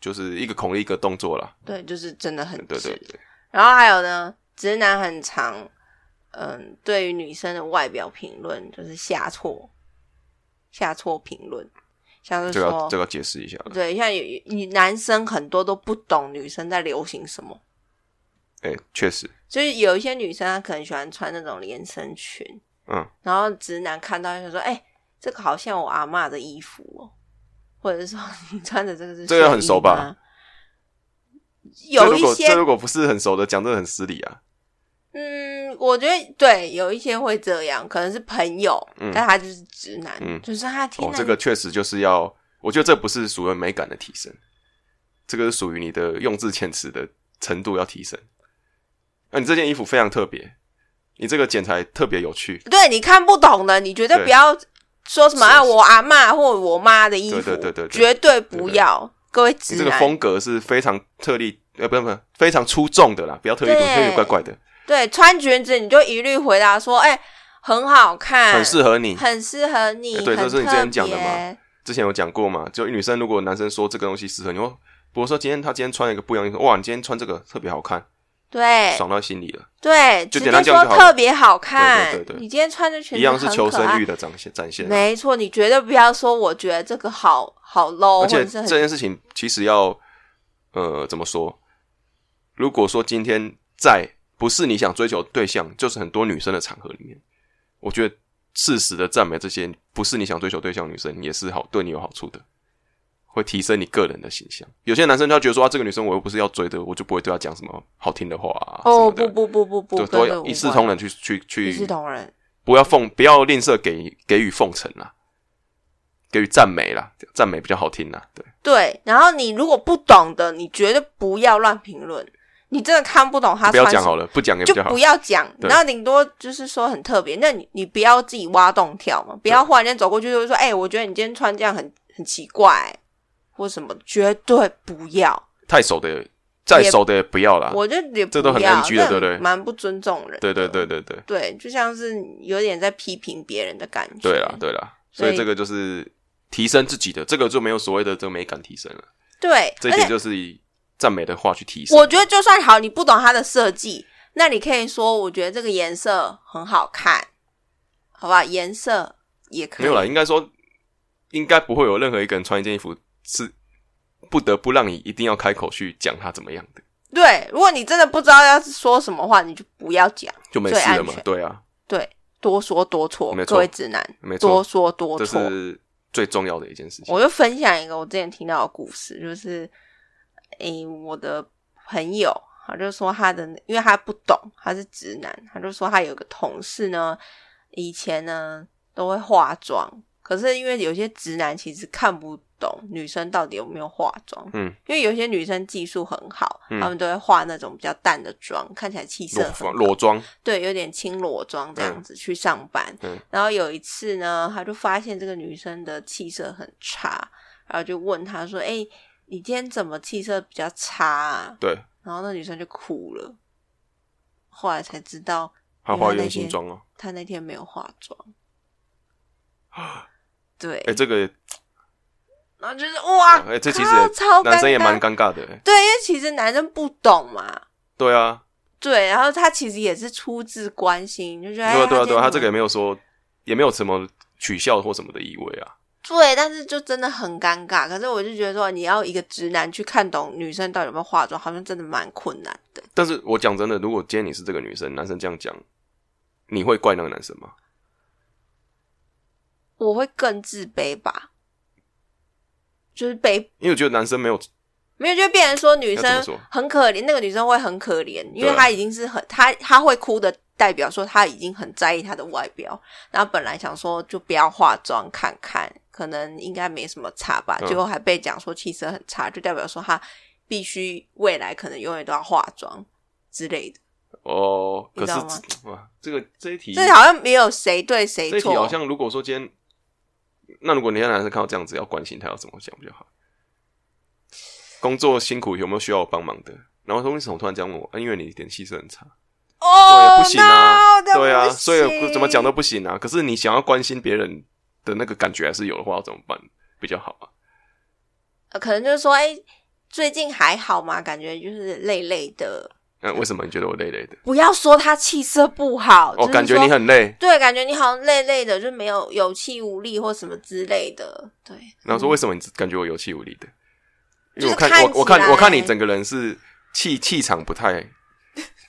[SPEAKER 1] 就是一个孔令一个动作啦。
[SPEAKER 2] 对，就是真的很
[SPEAKER 1] 对
[SPEAKER 2] 直
[SPEAKER 1] 对对，
[SPEAKER 2] 然后还有呢，直男很常，嗯，对于女生的外表评论就是下错，下错评论，像是
[SPEAKER 1] 这个要
[SPEAKER 2] 说
[SPEAKER 1] 这，个要解释一下了。
[SPEAKER 2] 对，像有女男生很多都不懂女生在流行什么，
[SPEAKER 1] 哎、确实，
[SPEAKER 2] 就是有一些女生她可能喜欢穿那种连身裙，
[SPEAKER 1] 嗯，
[SPEAKER 2] 然后直男看到就说，哎、这个好像我阿嬷的衣服哦，或者是说你穿的这个是
[SPEAKER 1] 这个
[SPEAKER 2] 睡
[SPEAKER 1] 很
[SPEAKER 2] 衣
[SPEAKER 1] 熟吧
[SPEAKER 2] 吗？
[SPEAKER 1] 这
[SPEAKER 2] 有
[SPEAKER 1] 如
[SPEAKER 2] 一
[SPEAKER 1] 果
[SPEAKER 2] 些
[SPEAKER 1] 这如果不是很熟的讲，真的很失礼啊。
[SPEAKER 2] 嗯，我觉得对，有一些会这样，可能是朋友，
[SPEAKER 1] 嗯
[SPEAKER 2] 但他就是直男，
[SPEAKER 1] 嗯
[SPEAKER 2] 就是他听
[SPEAKER 1] 哦，这个确实就是要，我觉得这不是属于美感的提升，这个是属于你的用字遣词的程度要提升。啊，你这件衣服非常特别，你这个剪裁特别有趣，
[SPEAKER 2] 对你看不懂的，你绝对
[SPEAKER 1] 对
[SPEAKER 2] 不要说什么
[SPEAKER 1] 是
[SPEAKER 2] 啊，我阿嬷或我妈的衣服，
[SPEAKER 1] 对对对对对
[SPEAKER 2] 绝对不
[SPEAKER 1] 对对
[SPEAKER 2] 要，各位
[SPEAKER 1] 你
[SPEAKER 2] 直
[SPEAKER 1] 这个
[SPEAKER 2] 男，
[SPEAKER 1] 风格是非常特立，呃，不是不是，非常出众的啦，不要特立独
[SPEAKER 2] 对
[SPEAKER 1] 行，有点怪怪的，
[SPEAKER 2] 对穿裙子你就一律回答说，哎、很好看，
[SPEAKER 1] 很适合你。
[SPEAKER 2] 嗯很适合你，
[SPEAKER 1] 哎对
[SPEAKER 2] 很
[SPEAKER 1] 这是你之前讲的嘛
[SPEAKER 2] 特别
[SPEAKER 1] 之前有讲过嘛，就女生如果男生说这个东西适合你，哦，比如说今天他今天穿了一个不一样的衣服，哇，你今天穿这个特别好看，
[SPEAKER 2] 对
[SPEAKER 1] 爽到心里了，
[SPEAKER 2] 对，
[SPEAKER 1] 就简
[SPEAKER 2] 直接
[SPEAKER 1] 单这样
[SPEAKER 2] 说
[SPEAKER 1] 就好了
[SPEAKER 2] 特别好看，
[SPEAKER 1] 对对对
[SPEAKER 2] 你今天穿的裙子
[SPEAKER 1] 一样是
[SPEAKER 2] 很
[SPEAKER 1] 求
[SPEAKER 2] 可
[SPEAKER 1] 生
[SPEAKER 2] 爱
[SPEAKER 1] 欲的展现展现啊。
[SPEAKER 2] 没错，你绝对不要说我觉得这个好好 low，
[SPEAKER 1] 而且
[SPEAKER 2] 或者是
[SPEAKER 1] 这
[SPEAKER 2] 很
[SPEAKER 1] 件事情其实要，呃，怎么说？如果说今天在不是你想追求的对象，就是很多女生的场合里面，我觉得适时的赞美这些不是你想追求对象的女生，也是好对你有好处的，会提升你个人的形象。有些男生他觉得说啊，这个女生我又不是要追的，我就不会对她讲什么好听的话啊，
[SPEAKER 2] 哦，
[SPEAKER 1] 什么
[SPEAKER 2] 不
[SPEAKER 1] 的，
[SPEAKER 2] 不不不不，
[SPEAKER 1] 就
[SPEAKER 2] 跟
[SPEAKER 1] 都
[SPEAKER 2] 这
[SPEAKER 1] 要
[SPEAKER 2] 无
[SPEAKER 1] 一视
[SPEAKER 2] 关
[SPEAKER 1] 同仁去去
[SPEAKER 2] 一视
[SPEAKER 1] 去，
[SPEAKER 2] 同仁。
[SPEAKER 1] 不要奉不要吝啬给给予奉承啦，给予赞美啦，赞美比较好听啦，对。
[SPEAKER 2] 对，然后你如果不懂的，你绝对不要乱评论。你真的看不懂他
[SPEAKER 1] 不要
[SPEAKER 2] 穿什
[SPEAKER 1] 讲
[SPEAKER 2] 么，
[SPEAKER 1] 好了，不讲也比
[SPEAKER 2] 啊就
[SPEAKER 1] 较好
[SPEAKER 2] 不。要讲。
[SPEAKER 1] 对
[SPEAKER 2] 然后顶多就是说很特别，那你你不要自己挖洞跳嘛，不要忽然间走过去就说：“哎、我觉得你今天穿这样很很奇怪、或什么，绝对不要。
[SPEAKER 1] 太熟的，再熟的也不要啦。
[SPEAKER 2] 我就也不
[SPEAKER 1] 啊这都很
[SPEAKER 2] 要
[SPEAKER 1] NG 的
[SPEAKER 2] 这
[SPEAKER 1] 对不对
[SPEAKER 2] 蛮不尊重人。
[SPEAKER 1] 对对对对对
[SPEAKER 2] 对，就像是有点在批评别人的感觉。
[SPEAKER 1] 对啦对啦，
[SPEAKER 2] 所
[SPEAKER 1] 所
[SPEAKER 2] 以
[SPEAKER 1] 以这个就是提升自己的，这个就没有所谓的这个美感提升了，
[SPEAKER 2] 对，
[SPEAKER 1] 这一
[SPEAKER 2] 而且
[SPEAKER 1] 点就是以赞美的话去提升。
[SPEAKER 2] 我觉得就算好，你不懂它的设计，那你可以说我觉得这个颜色很好看，好不好？颜色也可以。
[SPEAKER 1] 没有啦，应该说应该不会有任何一个人穿一件衣服是不得不让你一定要开口去讲它怎么样的，
[SPEAKER 2] 对，如果你真的不知道要说什么话，你就不要讲，
[SPEAKER 1] 就没事了嘛
[SPEAKER 2] 最安全。
[SPEAKER 1] 对啊，
[SPEAKER 2] 对，多说多错
[SPEAKER 1] 没，错
[SPEAKER 2] 各位直男，
[SPEAKER 1] 没
[SPEAKER 2] 多
[SPEAKER 1] 错，
[SPEAKER 2] 说多
[SPEAKER 1] 这
[SPEAKER 2] 错。
[SPEAKER 1] 是最重要的一件事情。
[SPEAKER 2] 我就分享一个我之前听到的故事，就是，诶、我的朋友，他就说他的，因为他不懂，他是直男，他就说他有个同事呢，以前呢都会化妆，可是因为有些直男其实看不懂女生到底有没有化妆，
[SPEAKER 1] 嗯，
[SPEAKER 2] 因为有些女生技术很好，
[SPEAKER 1] 嗯
[SPEAKER 2] 他们都会化那种比较淡的妆，看起来气色
[SPEAKER 1] 裸
[SPEAKER 2] 很好
[SPEAKER 1] 裸妆，
[SPEAKER 2] 对，有点轻裸妆这样子去上班。
[SPEAKER 1] 嗯
[SPEAKER 2] 然后有一次呢，他就发现这个女生的气色很差，然后就问她说：“哎、你今天怎么气色比较差啊
[SPEAKER 1] 对，？”
[SPEAKER 2] 然后那女生就哭了。后来才知道，
[SPEAKER 1] 还化
[SPEAKER 2] 原来那
[SPEAKER 1] 原型
[SPEAKER 2] 些
[SPEAKER 1] 妆哦。
[SPEAKER 2] 她那天没有化妆。对，
[SPEAKER 1] 啊哎，这个
[SPEAKER 2] 然后就是哇，
[SPEAKER 1] 哎，这其实
[SPEAKER 2] 靠超
[SPEAKER 1] 男生也
[SPEAKER 2] 尴尬
[SPEAKER 1] 蛮尴尬的。哎
[SPEAKER 2] 对，因为其实男生不懂嘛。
[SPEAKER 1] 对啊，
[SPEAKER 2] 对，然后他其实也是出自关心，就觉得哎
[SPEAKER 1] 对啊，对啊，对啊，
[SPEAKER 2] 她今天
[SPEAKER 1] 他这
[SPEAKER 2] 怎么
[SPEAKER 1] 个也没有说，也没有什么取笑或什么的意味啊。
[SPEAKER 2] 对，但是就真的很尴尬。可是我就觉得说，你要一个直男去看懂女生到底有没有化妆，好像真的蛮困难的。
[SPEAKER 1] 但是我讲真的，如果今天你是这个女生，男生这样讲，你会怪那个男生吗？
[SPEAKER 2] 我会更自卑吧，就是被
[SPEAKER 1] 因为我觉得男生没有，
[SPEAKER 2] 没有就变成说女
[SPEAKER 1] 要怎
[SPEAKER 2] 生
[SPEAKER 1] 么说
[SPEAKER 2] 很可怜，那个女生会很可怜，因为
[SPEAKER 1] 对啊
[SPEAKER 2] 她已经是很她她会哭的，代表说她已经很在意她的外表。然后本来想说就不要化妆看看，可能应该没什么差吧，
[SPEAKER 1] 嗯
[SPEAKER 2] 结果还被讲说气色很差，就代表说她必须未来可能永远都要化妆之类的。
[SPEAKER 1] 哦，
[SPEAKER 2] 你
[SPEAKER 1] 可
[SPEAKER 2] 知
[SPEAKER 1] 是
[SPEAKER 2] 道吗
[SPEAKER 1] 这哇，这个这一题，
[SPEAKER 2] 这好像没有谁对谁
[SPEAKER 1] 这一题
[SPEAKER 2] 错，
[SPEAKER 1] 好像如果说今天，那如果你让男生看到这样子，要关心他要怎么讲比较好？工作辛苦有没有需要我帮忙的？然后说为什么突然这样问我？啊、因为你脸气色很差，
[SPEAKER 2] 哦
[SPEAKER 1] 对，不行啊
[SPEAKER 2] no，这
[SPEAKER 1] 对啊，
[SPEAKER 2] 不
[SPEAKER 1] 所以
[SPEAKER 2] 行
[SPEAKER 1] 怎么讲都不行啊。可是你想要关心别人的那个感觉还是有的话，要怎么办比较好啊？
[SPEAKER 2] 呃可能就是说，哎、最近还好吗？感觉就是累累的。
[SPEAKER 1] 那、为什么你觉得我累累的？
[SPEAKER 2] 不要说他气色不好，
[SPEAKER 1] 哦，
[SPEAKER 2] 就是
[SPEAKER 1] 感觉
[SPEAKER 2] 说
[SPEAKER 1] 你很累。
[SPEAKER 2] 对，感觉你好像累累的，就没有有气无力或什么之类的。对，
[SPEAKER 1] 然后说为什么你感觉我有气无力的？因为
[SPEAKER 2] 就是
[SPEAKER 1] 我看
[SPEAKER 2] 看
[SPEAKER 1] 我我
[SPEAKER 2] 起
[SPEAKER 1] 看
[SPEAKER 2] 来
[SPEAKER 1] 我看你整个人是气气场不太，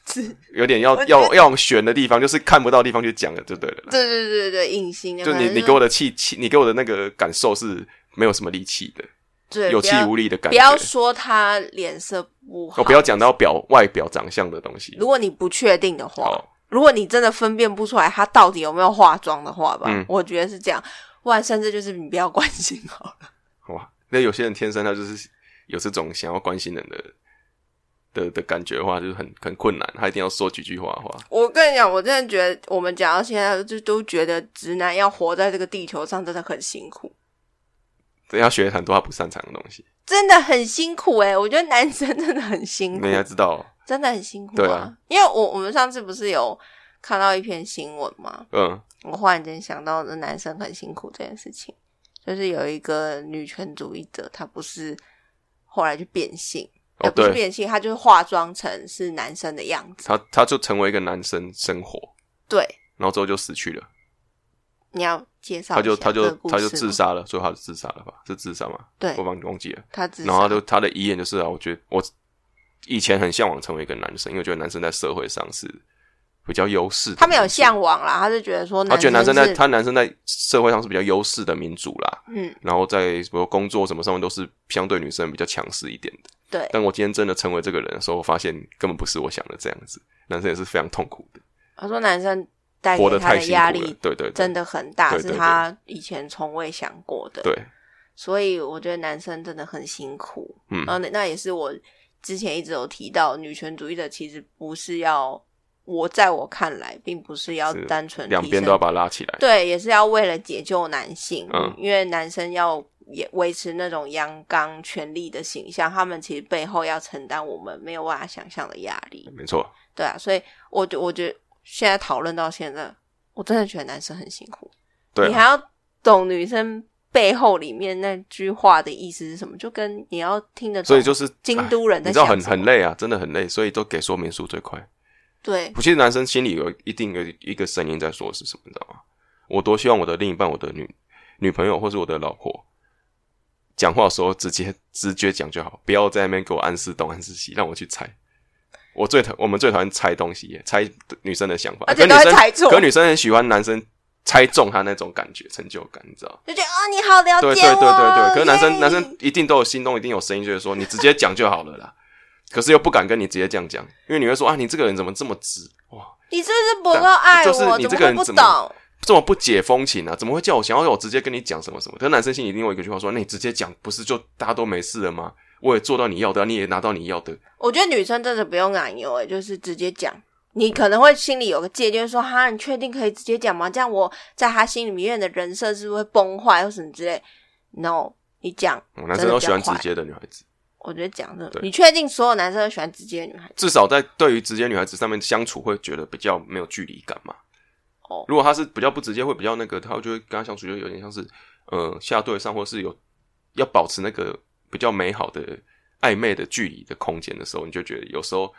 [SPEAKER 2] 是
[SPEAKER 1] 有点要
[SPEAKER 2] 我觉得
[SPEAKER 1] 要要往悬的地方，就是看不到的地方去讲的，就对了啦。
[SPEAKER 2] 对对对对，隐形的
[SPEAKER 1] 就
[SPEAKER 2] 可能
[SPEAKER 1] 你
[SPEAKER 2] 是
[SPEAKER 1] 你给我的气气，你给我的那个感受是没有什么力气的，
[SPEAKER 2] 对
[SPEAKER 1] 有
[SPEAKER 2] 不
[SPEAKER 1] 气
[SPEAKER 2] 要
[SPEAKER 1] 无力的感
[SPEAKER 2] 不
[SPEAKER 1] 觉。哦
[SPEAKER 2] 要说他脸色不好，
[SPEAKER 1] 我不要。讲到表外表长相的东西。
[SPEAKER 2] 如果你不确定的话，
[SPEAKER 1] 哦，
[SPEAKER 2] 如果你真的分辨不出来他到底有没有化妆的话吧，
[SPEAKER 1] 嗯
[SPEAKER 2] 我觉得是这样。不然甚至就是你不要关心好了。
[SPEAKER 1] 哇，那有些人天生他就是有这种想要关心人的的的感觉的话，就是很很困难，他一定要说几句话的话。
[SPEAKER 2] 我跟你讲，我真的觉得我们讲到现在，就都觉得直男要活在这个地球上真的很辛苦，
[SPEAKER 1] 等要学很多他不擅长的东西，
[SPEAKER 2] 真的很辛苦哎、我觉得男生真的很辛苦
[SPEAKER 1] 你，还知道，
[SPEAKER 2] 真的很辛苦、
[SPEAKER 1] 对啊
[SPEAKER 2] 因为我我们上次不是有看到一篇新闻吗？
[SPEAKER 1] 嗯，
[SPEAKER 2] 我忽然间想到，男生很辛苦这件事情，就是有一个女权主义者，她不是后来就变性，
[SPEAKER 1] 哦
[SPEAKER 2] 呃不是
[SPEAKER 1] 对
[SPEAKER 2] 变性，她就是化妆成是男生的样子。
[SPEAKER 1] 他他就成为一个男生生活，
[SPEAKER 2] 对，
[SPEAKER 1] 然后之后就死去了，
[SPEAKER 2] 你要介绍
[SPEAKER 1] 他
[SPEAKER 2] 一下
[SPEAKER 1] 就他
[SPEAKER 2] 这
[SPEAKER 1] 就
[SPEAKER 2] 个故事
[SPEAKER 1] 他
[SPEAKER 2] 吗
[SPEAKER 1] 就自，杀了，所以他就自杀了吧？是自杀吗？
[SPEAKER 2] 对
[SPEAKER 1] 我，忘忘记了。
[SPEAKER 2] 他自杀，
[SPEAKER 1] 然后他就他的遗言就是啊，我觉得我以前很向往成为一个男生，因为我觉得男生在社会上是比较优势的民族。
[SPEAKER 2] 他没有向往啦，他就觉得说
[SPEAKER 1] 他觉得男生
[SPEAKER 2] 生
[SPEAKER 1] 在
[SPEAKER 2] 是
[SPEAKER 1] 他男生在社会上是比较优势的民族啦，
[SPEAKER 2] 嗯，
[SPEAKER 1] 然后在什么工作什么上面都是相对女生比较强势一点的。
[SPEAKER 2] 对，
[SPEAKER 1] 但我今天真的成为这个人的时候，我发现根本不是我想的这样子，男生也是非常痛苦的，
[SPEAKER 2] 他说男生带
[SPEAKER 1] 活
[SPEAKER 2] 给
[SPEAKER 1] 得
[SPEAKER 2] 他
[SPEAKER 1] 太
[SPEAKER 2] 的
[SPEAKER 1] 辛
[SPEAKER 2] 压
[SPEAKER 1] 苦了
[SPEAKER 2] 力。
[SPEAKER 1] 对对对，
[SPEAKER 2] 真的很大，
[SPEAKER 1] 对
[SPEAKER 2] 是
[SPEAKER 1] 对
[SPEAKER 2] 他以前从未想过的。
[SPEAKER 1] 对，
[SPEAKER 2] 所以我觉得男生真的很辛苦。
[SPEAKER 1] 嗯
[SPEAKER 2] 然后那那也是我之前一直有提到，女权主义者其实不是要，我在我看来，并不是要
[SPEAKER 1] 是
[SPEAKER 2] 单纯提
[SPEAKER 1] 两边
[SPEAKER 2] 升
[SPEAKER 1] 都要把它拉起来。
[SPEAKER 2] 对，也是要为了解救男性，
[SPEAKER 1] 嗯
[SPEAKER 2] 因为男生要也维持那种阳刚权力的形象，他们其实背后要承担我们没有办法想象的压力。
[SPEAKER 1] 没错，
[SPEAKER 2] 对啊，所以我觉我觉得现在讨论到现在，我真的觉得男生很辛苦。
[SPEAKER 1] 对
[SPEAKER 2] 你
[SPEAKER 1] 啊，
[SPEAKER 2] 还要懂女生背后里面那句话的意思是什么，就跟你要听得懂。
[SPEAKER 1] 所以就是
[SPEAKER 2] 京都人
[SPEAKER 1] 哎
[SPEAKER 2] 在
[SPEAKER 1] 你知道
[SPEAKER 2] 想
[SPEAKER 1] 很
[SPEAKER 2] 什
[SPEAKER 1] 很
[SPEAKER 2] 么
[SPEAKER 1] 累啊，真的很累，所以都给说明书最快。
[SPEAKER 2] 对
[SPEAKER 1] 我其实男生心里有一定有一个声音在说是什么，你知道吗？我多希望我的另一半、我的女女朋友或是我的老婆，讲话的时候直接直觉讲就好，不要在那边给我暗示东暗示西，让我去猜。我最讨我们最讨厌猜东西，猜女生的想法，
[SPEAKER 2] 而且
[SPEAKER 1] 可女
[SPEAKER 2] 都会
[SPEAKER 1] 生
[SPEAKER 2] 猜错
[SPEAKER 1] 可女生很喜欢男生猜中她那种感觉成就感，你知道吗？
[SPEAKER 2] 就觉得啊、你好了解
[SPEAKER 1] 对
[SPEAKER 2] 我。
[SPEAKER 1] 对对对对，可是男生
[SPEAKER 2] 耶
[SPEAKER 1] 男生一定都有心中一定有声音，就是说你直接讲就好了啦。可是又不敢跟你直接这样讲，因为你会说啊，你这个人怎么这么直哇，
[SPEAKER 2] 你是不是不够爱
[SPEAKER 1] 就是
[SPEAKER 2] 我？
[SPEAKER 1] 你
[SPEAKER 2] 怎
[SPEAKER 1] 这
[SPEAKER 2] 么
[SPEAKER 1] 个
[SPEAKER 2] 会
[SPEAKER 1] 人
[SPEAKER 2] 不
[SPEAKER 1] 怎么
[SPEAKER 2] 懂？
[SPEAKER 1] 这么不解风情啊？怎么会叫我想要我直接跟你讲什么什么？可是男生心里一定有一个句话说，那你直接讲不是就大家都没事了吗？我也做到你要的啊，你也拿到你要的，
[SPEAKER 2] 我觉得女生真的不用奶油、欸，就是直接讲。你可能会心里有个戒，就是说哈，你确定可以直接讲吗？这样我在他心里面的人设是不是会崩坏或什么之类？No，你讲，
[SPEAKER 1] 嗯男生都喜欢直
[SPEAKER 2] 真的比较
[SPEAKER 1] 接的女孩子。
[SPEAKER 2] 我觉得讲真的，
[SPEAKER 1] 对
[SPEAKER 2] 你确定所有男生都喜欢直接的女孩子？
[SPEAKER 1] 至少在对于直接女孩子上面相处会觉得比较没有距离感嘛。
[SPEAKER 2] 哦
[SPEAKER 1] 如果她是比较不直接，会比较那个，她就会跟她相处就有点像是，呃，下对上，或是有要保持那个比较美好的暧昧的距离的空间的时候，你就觉得有时候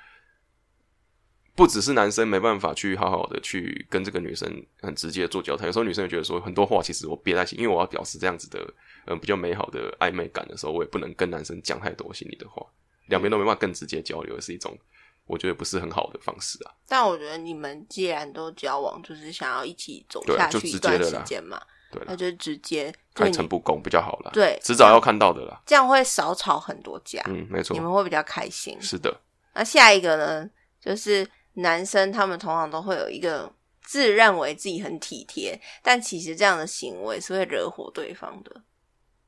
[SPEAKER 1] 不只是男生没办法去好好的去跟这个女生很直接地做交谈，有时候女生也觉得说很多话其实我憋在心，因为我要表示这样子的嗯、呃比较美好的暧昧感的时候，我也不能跟男生讲太多心里的话，两边都没办法更直接交流，也是一种我觉得不是很好的方式啊。
[SPEAKER 2] 但我觉得你们既然都交往，就是想要一起走
[SPEAKER 1] 对
[SPEAKER 2] 下
[SPEAKER 1] 啊
[SPEAKER 2] 去
[SPEAKER 1] 就直
[SPEAKER 2] 一
[SPEAKER 1] 接
[SPEAKER 2] 段
[SPEAKER 1] 的
[SPEAKER 2] 时
[SPEAKER 1] 啦
[SPEAKER 2] 间嘛，
[SPEAKER 1] 对
[SPEAKER 2] 那
[SPEAKER 1] 了，
[SPEAKER 2] 就直接对
[SPEAKER 1] 开
[SPEAKER 2] 你
[SPEAKER 1] 诚布公比较好啦，
[SPEAKER 2] 对
[SPEAKER 1] 迟早要看到的啦。
[SPEAKER 2] 这样会少吵很多架，
[SPEAKER 1] 嗯，没错
[SPEAKER 2] 你，们会比较开心。
[SPEAKER 1] 是的，
[SPEAKER 2] 那下一个呢，就是男生他们通常都会有一个自认为自己很体贴，但其实这样的行为是会惹火对方的。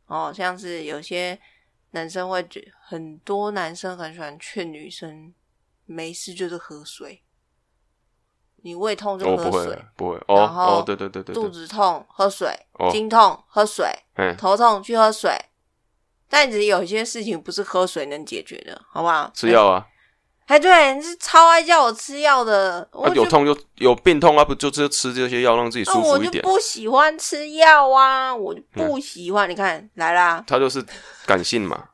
[SPEAKER 2] 哦，像是有些男生会觉很多男生很喜欢劝女生没事就是喝水，你胃痛就
[SPEAKER 1] 哦，
[SPEAKER 2] 喝
[SPEAKER 1] 不
[SPEAKER 2] 水，
[SPEAKER 1] 会不会，哦
[SPEAKER 2] 然后
[SPEAKER 1] 哦，对对对对
[SPEAKER 2] 肚
[SPEAKER 1] 对，
[SPEAKER 2] 子痛喝水，
[SPEAKER 1] 哦
[SPEAKER 2] 经痛喝水，
[SPEAKER 1] 哎，
[SPEAKER 2] 头痛去喝水。但只是有些事情不是喝水能解决的，好不好？
[SPEAKER 1] 吃药啊，
[SPEAKER 2] 哎，对，你是超爱叫我吃药的，我
[SPEAKER 1] 啊
[SPEAKER 2] 就
[SPEAKER 1] 有痛就有病痛啊，不就吃吃这些药让自己
[SPEAKER 2] 那
[SPEAKER 1] 舒
[SPEAKER 2] 我
[SPEAKER 1] 服一
[SPEAKER 2] 就
[SPEAKER 1] 点？嗯
[SPEAKER 2] 不喜欢吃药啊，我就不喜欢。你看来啦，
[SPEAKER 1] 他就是感性 嘛，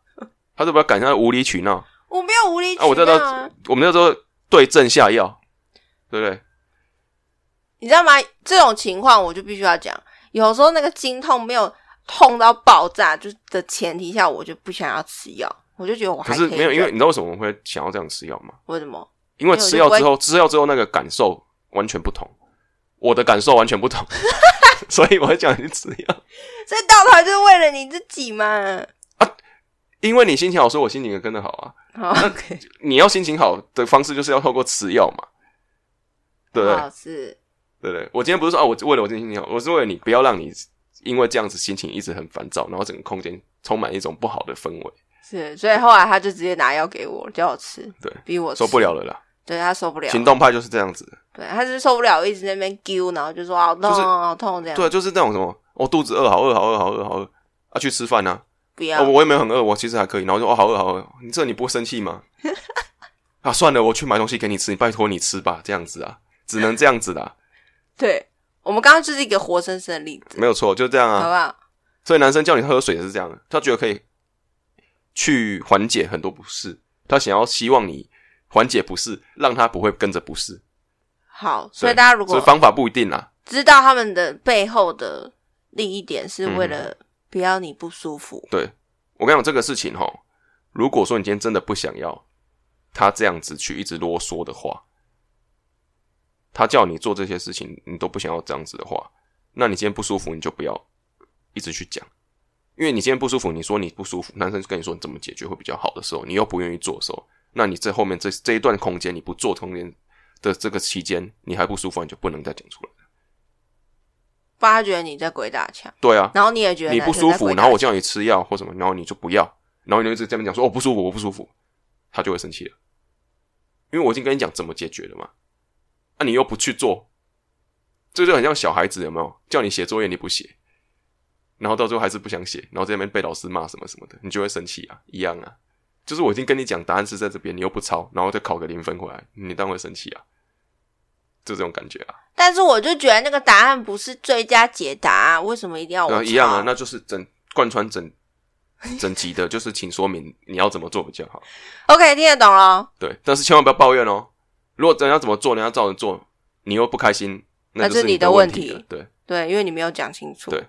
[SPEAKER 1] 他就把感性无理取闹
[SPEAKER 2] 我没有无理取
[SPEAKER 1] 啊！我那时
[SPEAKER 2] 闹、
[SPEAKER 1] 候我们那时候对症下药，对不对？
[SPEAKER 2] 你知道吗？这种情况我就必须要讲，有时候那个经痛没有痛到爆炸，就是的前提下，我就不想要吃药，我就觉得我还
[SPEAKER 1] 可是
[SPEAKER 2] 以
[SPEAKER 1] 没有，因为你
[SPEAKER 2] 忍
[SPEAKER 1] 知道为什么我们会想要这样吃药吗？
[SPEAKER 2] 为什么？
[SPEAKER 1] 因为
[SPEAKER 2] 没有
[SPEAKER 1] 吃
[SPEAKER 2] 就
[SPEAKER 1] 药
[SPEAKER 2] 不会
[SPEAKER 1] 之后，吃药之后那个感受完全不同，我的感受完全不同， 所以我会叫你去吃药。
[SPEAKER 2] 所以到头来就是为了你自己嘛。
[SPEAKER 1] 因为你心情好，所以我心情也跟着好啊。
[SPEAKER 2] 好，OK，
[SPEAKER 1] 你要心情好的方式就是要透过吃药嘛， 对不对？
[SPEAKER 2] 好是
[SPEAKER 1] 对不对？我今天不是说啊，我为了我今天心情好，我是为了你不要让你因为这样子心情一直很烦躁，然后整个空间充满一种不好的氛围，
[SPEAKER 2] 是，所以后来他就直接拿药给我，叫我吃，
[SPEAKER 1] 对，
[SPEAKER 2] 逼我吃
[SPEAKER 1] 受不，了了啦。
[SPEAKER 2] 对他受不了，
[SPEAKER 1] 行动派哦就是这啊样子，
[SPEAKER 2] 对，他就是受不了，一直在那边揪，然后就说好痛、
[SPEAKER 1] 就是
[SPEAKER 2] 好痛这样，
[SPEAKER 1] 对，啊就是那种什么，我、肚子饿，好饿，好饿，好饿，好饿啊，去吃饭啊。
[SPEAKER 2] 不
[SPEAKER 1] 哦，
[SPEAKER 2] 要，
[SPEAKER 1] 我也没有很饿，我其实还可以。然后就哦，好饿，好饿。你这你不会生气吗？ 啊，算了，我去买东西给你吃，你拜托你吃吧，这样子啊，只能这样子啦，
[SPEAKER 2] 对我们刚刚就是一个活生生的例子，
[SPEAKER 1] 没有错，就这样
[SPEAKER 2] 好
[SPEAKER 1] 啊。
[SPEAKER 2] 不好？
[SPEAKER 1] 所以男生叫你喝水也是这样的，他觉得可以去缓解很多不适，他想要希望你缓解不适，让他不会跟着不适。
[SPEAKER 2] 好，
[SPEAKER 1] 对
[SPEAKER 2] 所以大家如
[SPEAKER 1] 所
[SPEAKER 2] 果
[SPEAKER 1] 以方法不一定啦，
[SPEAKER 2] 知道他们的背后的利益点是为
[SPEAKER 1] 嗯
[SPEAKER 2] 了不要你不舒服，
[SPEAKER 1] 对我跟你讲这个事情哈，如果说你今天真的不想要他这样子去一直啰嗦的话，他叫你做这些事情，你都不想要这样子的话，那你今天不舒服，你就不要一直去讲，因为你今天不舒服，你说你不舒服，男生跟你说你怎么解决会比较好的时候，你又不愿意做的时候，那你这后面这这一段空间你不做空间的这个期间，你还不舒服，你就不能再讲出来。
[SPEAKER 2] 不然他觉得你在鬼打墙，
[SPEAKER 1] 对啊，
[SPEAKER 2] 然后你也觉得
[SPEAKER 1] 你不
[SPEAKER 2] 男生
[SPEAKER 1] 舒
[SPEAKER 2] 在
[SPEAKER 1] 服，
[SPEAKER 2] 鬼打
[SPEAKER 1] 然后我叫你吃药或什么，然后你就不要，然后你就一直在那边讲说哦不舒服，我不舒服，啊他就会生气了，因为我已经跟你讲怎么解决了嘛，那、你又不去做，这就很像小孩子有没有？叫你写作业你不写，然后到最后还是不想写，然后在那边被老师骂什么什么的，你就会生气啊，一样啊，就是我已经跟你讲答案是在这边，你又不抄，然后再考个零分回来，你当然会生气啊，就这种感觉啊，
[SPEAKER 2] 但是我就觉得那个答案不是最佳解答、啊为什么一定要我、
[SPEAKER 1] 然后一样啊，那就是整贯穿 整整集的，就是请说明你要怎么做比较好。
[SPEAKER 2] OK 听得懂了，
[SPEAKER 1] 对，但是千万不要抱怨哦。如果人家怎么做，人家照着做，你又不开心，
[SPEAKER 2] 那
[SPEAKER 1] 就是
[SPEAKER 2] 你
[SPEAKER 1] 你
[SPEAKER 2] 的
[SPEAKER 1] 问
[SPEAKER 2] 问
[SPEAKER 1] 题
[SPEAKER 2] 题
[SPEAKER 1] 了。对，
[SPEAKER 2] 对，因为你没有讲清楚。
[SPEAKER 1] 对，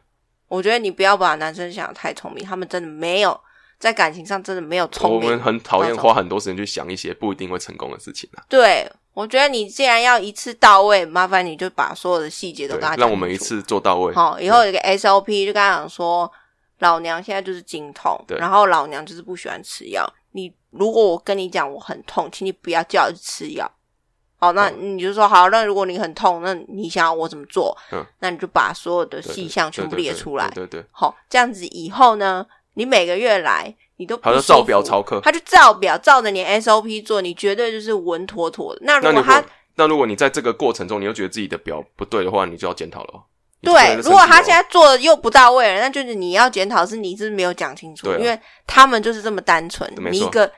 [SPEAKER 2] 我觉得你不要把男生想得太聪明，他们真的没有在感情上真的没有
[SPEAKER 1] 我
[SPEAKER 2] 聪明。
[SPEAKER 1] 们很讨厌
[SPEAKER 2] 那种
[SPEAKER 1] 花很多时间去想一些不一定会成功的事情啊。
[SPEAKER 2] 对，我觉得你既然要一次到位，麻烦你就把所有的细节都
[SPEAKER 1] 对
[SPEAKER 2] 跟他，讲
[SPEAKER 1] 让我们一
[SPEAKER 2] 清楚
[SPEAKER 1] 次做到位。
[SPEAKER 2] 好，以后有一个 SOP 就跟他讲说，老娘现在就是经痛，
[SPEAKER 1] 对
[SPEAKER 2] 然后老娘就是不喜欢吃药。你如果我跟你讲我很痛，请你不要叫我去吃药。好，
[SPEAKER 1] 好
[SPEAKER 2] 那你就说好，那如果你很痛，那你想要我怎么做？
[SPEAKER 1] 嗯
[SPEAKER 2] 那你就把所有的
[SPEAKER 1] 对对
[SPEAKER 2] 细项全部
[SPEAKER 1] 对对
[SPEAKER 2] 列
[SPEAKER 1] 对
[SPEAKER 2] 出来。
[SPEAKER 1] 对对对，
[SPEAKER 2] 好，这样子以后呢，你每个月来，你都
[SPEAKER 1] 好
[SPEAKER 2] 不
[SPEAKER 1] 像
[SPEAKER 2] 舒
[SPEAKER 1] 照表
[SPEAKER 2] 服
[SPEAKER 1] 操课。
[SPEAKER 2] 他就照表照着你的 SOP 做，你绝对就是稳妥妥的。那
[SPEAKER 1] 那
[SPEAKER 2] 如
[SPEAKER 1] 如
[SPEAKER 2] 果
[SPEAKER 1] 果
[SPEAKER 2] 他
[SPEAKER 1] 那如果你在这个过程中，你又觉得自己的表不对的话，你就要检讨了哦。你就不能
[SPEAKER 2] 对，
[SPEAKER 1] 再
[SPEAKER 2] 如果
[SPEAKER 1] 生气
[SPEAKER 2] 他
[SPEAKER 1] 了哦
[SPEAKER 2] 现在做的又不到位了，那就是你要检讨是你是不是没有讲清楚，
[SPEAKER 1] 对啊
[SPEAKER 2] 因为他们就是这么单纯，
[SPEAKER 1] 没错
[SPEAKER 2] 你一个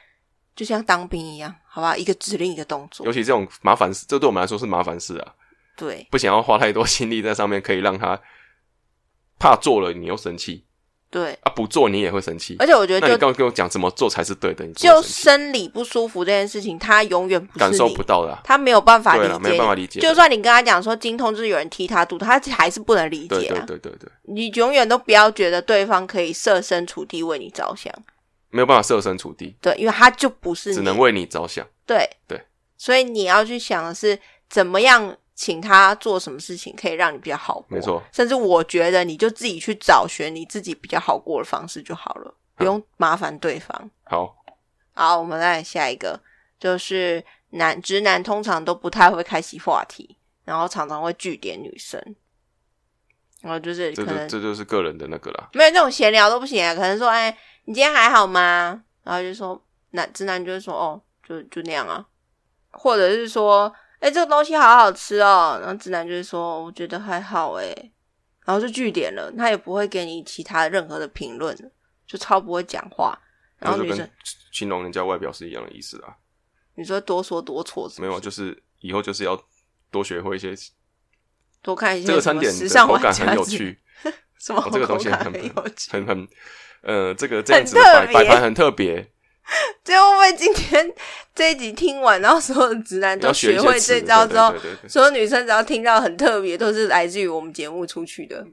[SPEAKER 2] 就像当兵一样，好吧，一个指令一个动作
[SPEAKER 1] 尤，其这种麻烦事，这对我们来说是麻烦事啊。
[SPEAKER 2] 对
[SPEAKER 1] 不想要花太多心力在上面，可以让他怕做了你又生气
[SPEAKER 2] 对，
[SPEAKER 1] 啊，不做你也会生气。
[SPEAKER 2] 而且我觉
[SPEAKER 1] 那
[SPEAKER 2] 得
[SPEAKER 1] 你
[SPEAKER 2] 就
[SPEAKER 1] 刚刚跟我讲怎么做才是对的，你怎么
[SPEAKER 2] 就
[SPEAKER 1] 生气
[SPEAKER 2] 生理不舒服这件事情，他永远不
[SPEAKER 1] 感
[SPEAKER 2] 是
[SPEAKER 1] 受
[SPEAKER 2] 你
[SPEAKER 1] 不，到啦。
[SPEAKER 2] 他没有办法理
[SPEAKER 1] 对
[SPEAKER 2] 解
[SPEAKER 1] 了，
[SPEAKER 2] 你，
[SPEAKER 1] 没有办法理解。
[SPEAKER 2] 就算你跟他讲说经痛就是有人踢他肚子，他还是不能理
[SPEAKER 1] 对
[SPEAKER 2] 解
[SPEAKER 1] 对
[SPEAKER 2] 啊。
[SPEAKER 1] 对对对，
[SPEAKER 2] 你永远都不要觉得对方可以设身处地为你着想，
[SPEAKER 1] 没有办法设身处地，
[SPEAKER 2] 对，因为他就不是你，
[SPEAKER 1] 只能为你着想。
[SPEAKER 2] 对
[SPEAKER 1] 对，
[SPEAKER 2] 所以你要去想的是怎么样请他做什么事情可以让你比较好过。
[SPEAKER 1] 没，错，
[SPEAKER 2] 甚至我觉得你就自己去找寻你自己比较好过的方式就好了，
[SPEAKER 1] 嗯
[SPEAKER 2] 不用麻烦对方。
[SPEAKER 1] 好，
[SPEAKER 2] 好，我们再来下一个，就是男直男通常都不太会开启话题，然后常常会据点女生。然后哦就是
[SPEAKER 1] 这
[SPEAKER 2] 可
[SPEAKER 1] 就
[SPEAKER 2] 能
[SPEAKER 1] 这就是个人的那个啦。
[SPEAKER 2] 没有那种闲聊都不行啊，可能说哎，你今天还好吗？然后就说男直男就会说哦，就就那样啊，或者是说哎这个东西好好吃哦，然后直男就会说哦我觉得还好哎，然后就据点了，他也不会给你其他任何的评论，就超不会讲话。
[SPEAKER 1] 那
[SPEAKER 2] 然后
[SPEAKER 1] 就
[SPEAKER 2] 女生
[SPEAKER 1] 跟形容人家外表是一样的意思啦。
[SPEAKER 2] 你说多说多错是不是
[SPEAKER 1] 没有，啊就是以后就是要多学会一些
[SPEAKER 2] 多看一些
[SPEAKER 1] 这个
[SPEAKER 2] 什
[SPEAKER 1] 餐
[SPEAKER 2] 么
[SPEAKER 1] 点
[SPEAKER 2] 时
[SPEAKER 1] 的
[SPEAKER 2] 尚
[SPEAKER 1] 口
[SPEAKER 2] 玩
[SPEAKER 1] 感
[SPEAKER 2] 家
[SPEAKER 1] 很有
[SPEAKER 2] 之类的
[SPEAKER 1] 趣，
[SPEAKER 2] 什么、
[SPEAKER 1] 哦，这个东西很
[SPEAKER 2] 很有趣。
[SPEAKER 1] 很很呃，这个这样子的
[SPEAKER 2] 很特
[SPEAKER 1] 摆
[SPEAKER 2] 别
[SPEAKER 1] 摆盘很特别，
[SPEAKER 2] 最后会今天这一集听完，然后所有的直男
[SPEAKER 1] 要
[SPEAKER 2] 都
[SPEAKER 1] 学一
[SPEAKER 2] 学
[SPEAKER 1] 些
[SPEAKER 2] 会
[SPEAKER 1] 词。
[SPEAKER 2] 这招之后
[SPEAKER 1] 对， 对对对
[SPEAKER 2] 所有女生只要听到很特别，都是来自于我们节目出去的。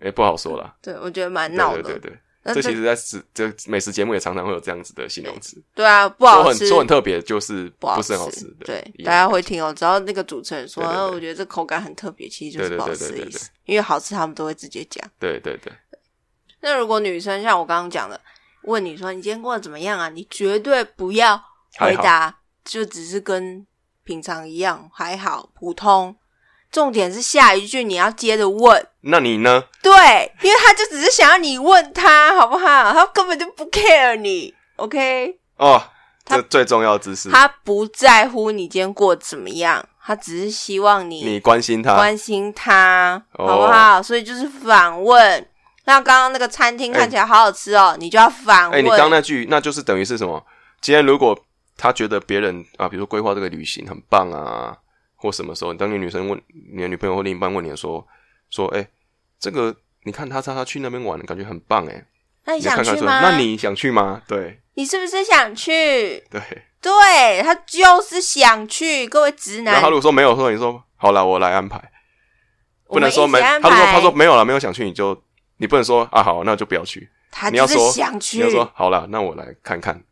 [SPEAKER 1] 对，哎，不好说啦。
[SPEAKER 2] 对，我觉得蛮
[SPEAKER 1] 对
[SPEAKER 2] 闹
[SPEAKER 1] 对
[SPEAKER 2] 的。
[SPEAKER 1] 对对，
[SPEAKER 2] 那
[SPEAKER 1] 这其实在是这美食节目也常常会有这样子的形容词，
[SPEAKER 2] 对啊，不
[SPEAKER 1] 说
[SPEAKER 2] 好
[SPEAKER 1] 很
[SPEAKER 2] 吃，
[SPEAKER 1] 说很特别，就是
[SPEAKER 2] 不好
[SPEAKER 1] 不是很好吃。
[SPEAKER 2] 对，
[SPEAKER 1] 一
[SPEAKER 2] 大
[SPEAKER 1] 样
[SPEAKER 2] 家会听哦。只要那个主持人说，
[SPEAKER 1] 对对对
[SPEAKER 2] 然后我觉得这口感很特别，其实就
[SPEAKER 1] 对
[SPEAKER 2] 是
[SPEAKER 1] 对
[SPEAKER 2] 不好
[SPEAKER 1] 对
[SPEAKER 2] 吃的
[SPEAKER 1] 对对
[SPEAKER 2] 意思。因为好吃，他们都会直接讲。
[SPEAKER 1] 对对对，
[SPEAKER 2] 那如果女生像我刚刚讲的，问你说你今天过得怎么样啊？你绝对不要回答，就只是跟平常一样，还好，普通。重点是下一句你要接着问，
[SPEAKER 1] 那你呢？
[SPEAKER 2] 对，因为他就只是想要你问他好不好，他根本就不 care 你，OK？
[SPEAKER 1] 哦，
[SPEAKER 2] 他
[SPEAKER 1] 这最重要的知识，
[SPEAKER 2] 他不在乎你今天过得怎么样，他只是希望
[SPEAKER 1] 你关心他。
[SPEAKER 2] 关心他，
[SPEAKER 1] 哦
[SPEAKER 2] 好不好？所以就是反问。那刚刚那个餐厅看起来好好吃哦，你就要反
[SPEAKER 1] 哎、
[SPEAKER 2] 问。
[SPEAKER 1] 你刚那句，那就是等于是什么？今天如果他觉得别人啊，比如说规划这个旅行很棒啊，或什么时候，当你女生问你的女朋友或另一半问你说说，哎、这个你看他他他去那边玩，感觉很棒哎、
[SPEAKER 2] 那你
[SPEAKER 1] 你要
[SPEAKER 2] 想
[SPEAKER 1] 看看
[SPEAKER 2] 去
[SPEAKER 1] 说，
[SPEAKER 2] 吗？
[SPEAKER 1] 那你想去吗？对
[SPEAKER 2] 你是不是想去？
[SPEAKER 1] 对。
[SPEAKER 2] 对他就是想去，各位直
[SPEAKER 1] 然后
[SPEAKER 2] 男
[SPEAKER 1] 他如，果说没有，说你说好了，我来安排，不
[SPEAKER 2] 我们
[SPEAKER 1] 能说
[SPEAKER 2] 一起
[SPEAKER 1] 没。他
[SPEAKER 2] 安
[SPEAKER 1] 如果
[SPEAKER 2] 排
[SPEAKER 1] 他说没有了，没有想去，你就你不能说啊好，那就不要去。
[SPEAKER 2] 他
[SPEAKER 1] 你要
[SPEAKER 2] 就
[SPEAKER 1] 说
[SPEAKER 2] 是想去，
[SPEAKER 1] 你要说好了，那我来看看，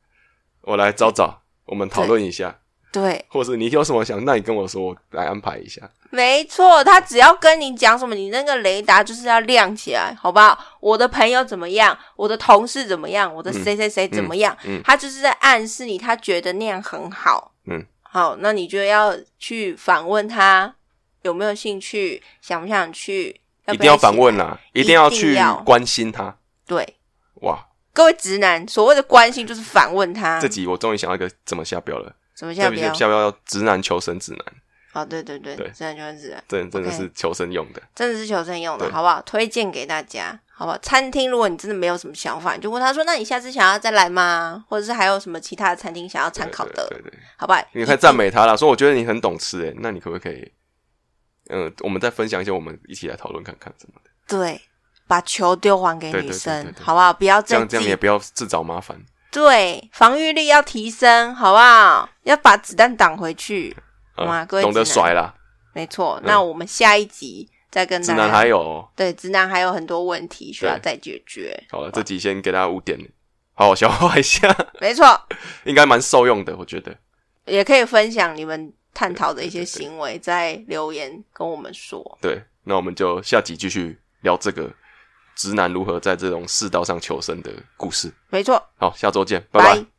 [SPEAKER 1] 我来找找，我们讨论一下。
[SPEAKER 2] 对，
[SPEAKER 1] 或是你有什么想，那你跟我说，我来安排一下。
[SPEAKER 2] 没错，他只要跟你讲什么，你那个雷达就是要亮起来，好不好？我的朋友怎么样？我的同事怎么样？我的谁谁谁怎么样？
[SPEAKER 1] 嗯嗯嗯
[SPEAKER 2] 他就是在暗示你，他觉得那样很好。
[SPEAKER 1] 嗯，
[SPEAKER 2] 好，那你就要去反问他有没有兴趣，想不想去？
[SPEAKER 1] 一
[SPEAKER 2] 不
[SPEAKER 1] 定要
[SPEAKER 2] 起来
[SPEAKER 1] 反问啦、啊，一
[SPEAKER 2] 一
[SPEAKER 1] 定要
[SPEAKER 2] 定
[SPEAKER 1] 去
[SPEAKER 2] 要
[SPEAKER 1] 关心他。
[SPEAKER 2] 对，
[SPEAKER 1] 哇，
[SPEAKER 2] 各位直男，所谓的关心就是反问他
[SPEAKER 1] 这，集我终于想到一个怎么下标了。
[SPEAKER 2] 什么啊
[SPEAKER 1] 这
[SPEAKER 2] 下
[SPEAKER 1] 集
[SPEAKER 2] 标？
[SPEAKER 1] 下标要直男求生指南，
[SPEAKER 2] 哦，对对对，
[SPEAKER 1] 对
[SPEAKER 2] 直男就是直男。
[SPEAKER 1] 真真的
[SPEAKER 2] OK
[SPEAKER 1] 是求生用的。
[SPEAKER 2] 真的是求生用的，
[SPEAKER 1] 对
[SPEAKER 2] 好不好？推荐给大家，好不好？餐厅，如果你真的没有什么想法，你就问他说：“那你下次想要再来吗？或者是还有什么其他的餐厅想要参考的，
[SPEAKER 1] 对对对对，
[SPEAKER 2] 好不好？”
[SPEAKER 1] 你可以赞美他啦，说我觉得你很懂吃诶、欸那你可不可以？嗯，我们再分享一些，我们一起来讨论看看什么的。
[SPEAKER 2] 对，把球丢还给
[SPEAKER 1] 对对
[SPEAKER 2] 女
[SPEAKER 1] 对
[SPEAKER 2] 生，
[SPEAKER 1] 对对对
[SPEAKER 2] 好不好？不要
[SPEAKER 1] 这
[SPEAKER 2] 再
[SPEAKER 1] 样
[SPEAKER 2] 自
[SPEAKER 1] 这样你
[SPEAKER 2] 己
[SPEAKER 1] 也不要自找麻烦。
[SPEAKER 2] 对防御力要提升，好不好？要把子弹挡回去，好吗？
[SPEAKER 1] 啊，
[SPEAKER 2] 各位
[SPEAKER 1] 懂得
[SPEAKER 2] 直男
[SPEAKER 1] 甩啦，
[SPEAKER 2] 没错。
[SPEAKER 1] 嗯
[SPEAKER 2] 那我们下一集再跟
[SPEAKER 1] 直
[SPEAKER 2] 大
[SPEAKER 1] 男
[SPEAKER 2] 家
[SPEAKER 1] 还有哦、
[SPEAKER 2] 对直男还有很多问题需要
[SPEAKER 1] 对
[SPEAKER 2] 再解决，
[SPEAKER 1] 好了，这集先给大家五点，好好消化一下，
[SPEAKER 2] 没错。
[SPEAKER 1] 应该蛮受用的，我觉得。
[SPEAKER 2] 也可以分享你们探讨的一
[SPEAKER 1] 对对对
[SPEAKER 2] 些
[SPEAKER 1] 对
[SPEAKER 2] 行为，在留言跟我们说。
[SPEAKER 1] 对，那我们就下集继续聊这个直男如何在这种世道上求生的故事。
[SPEAKER 2] 没错，
[SPEAKER 1] 好，下周见，拜拜。
[SPEAKER 2] 拜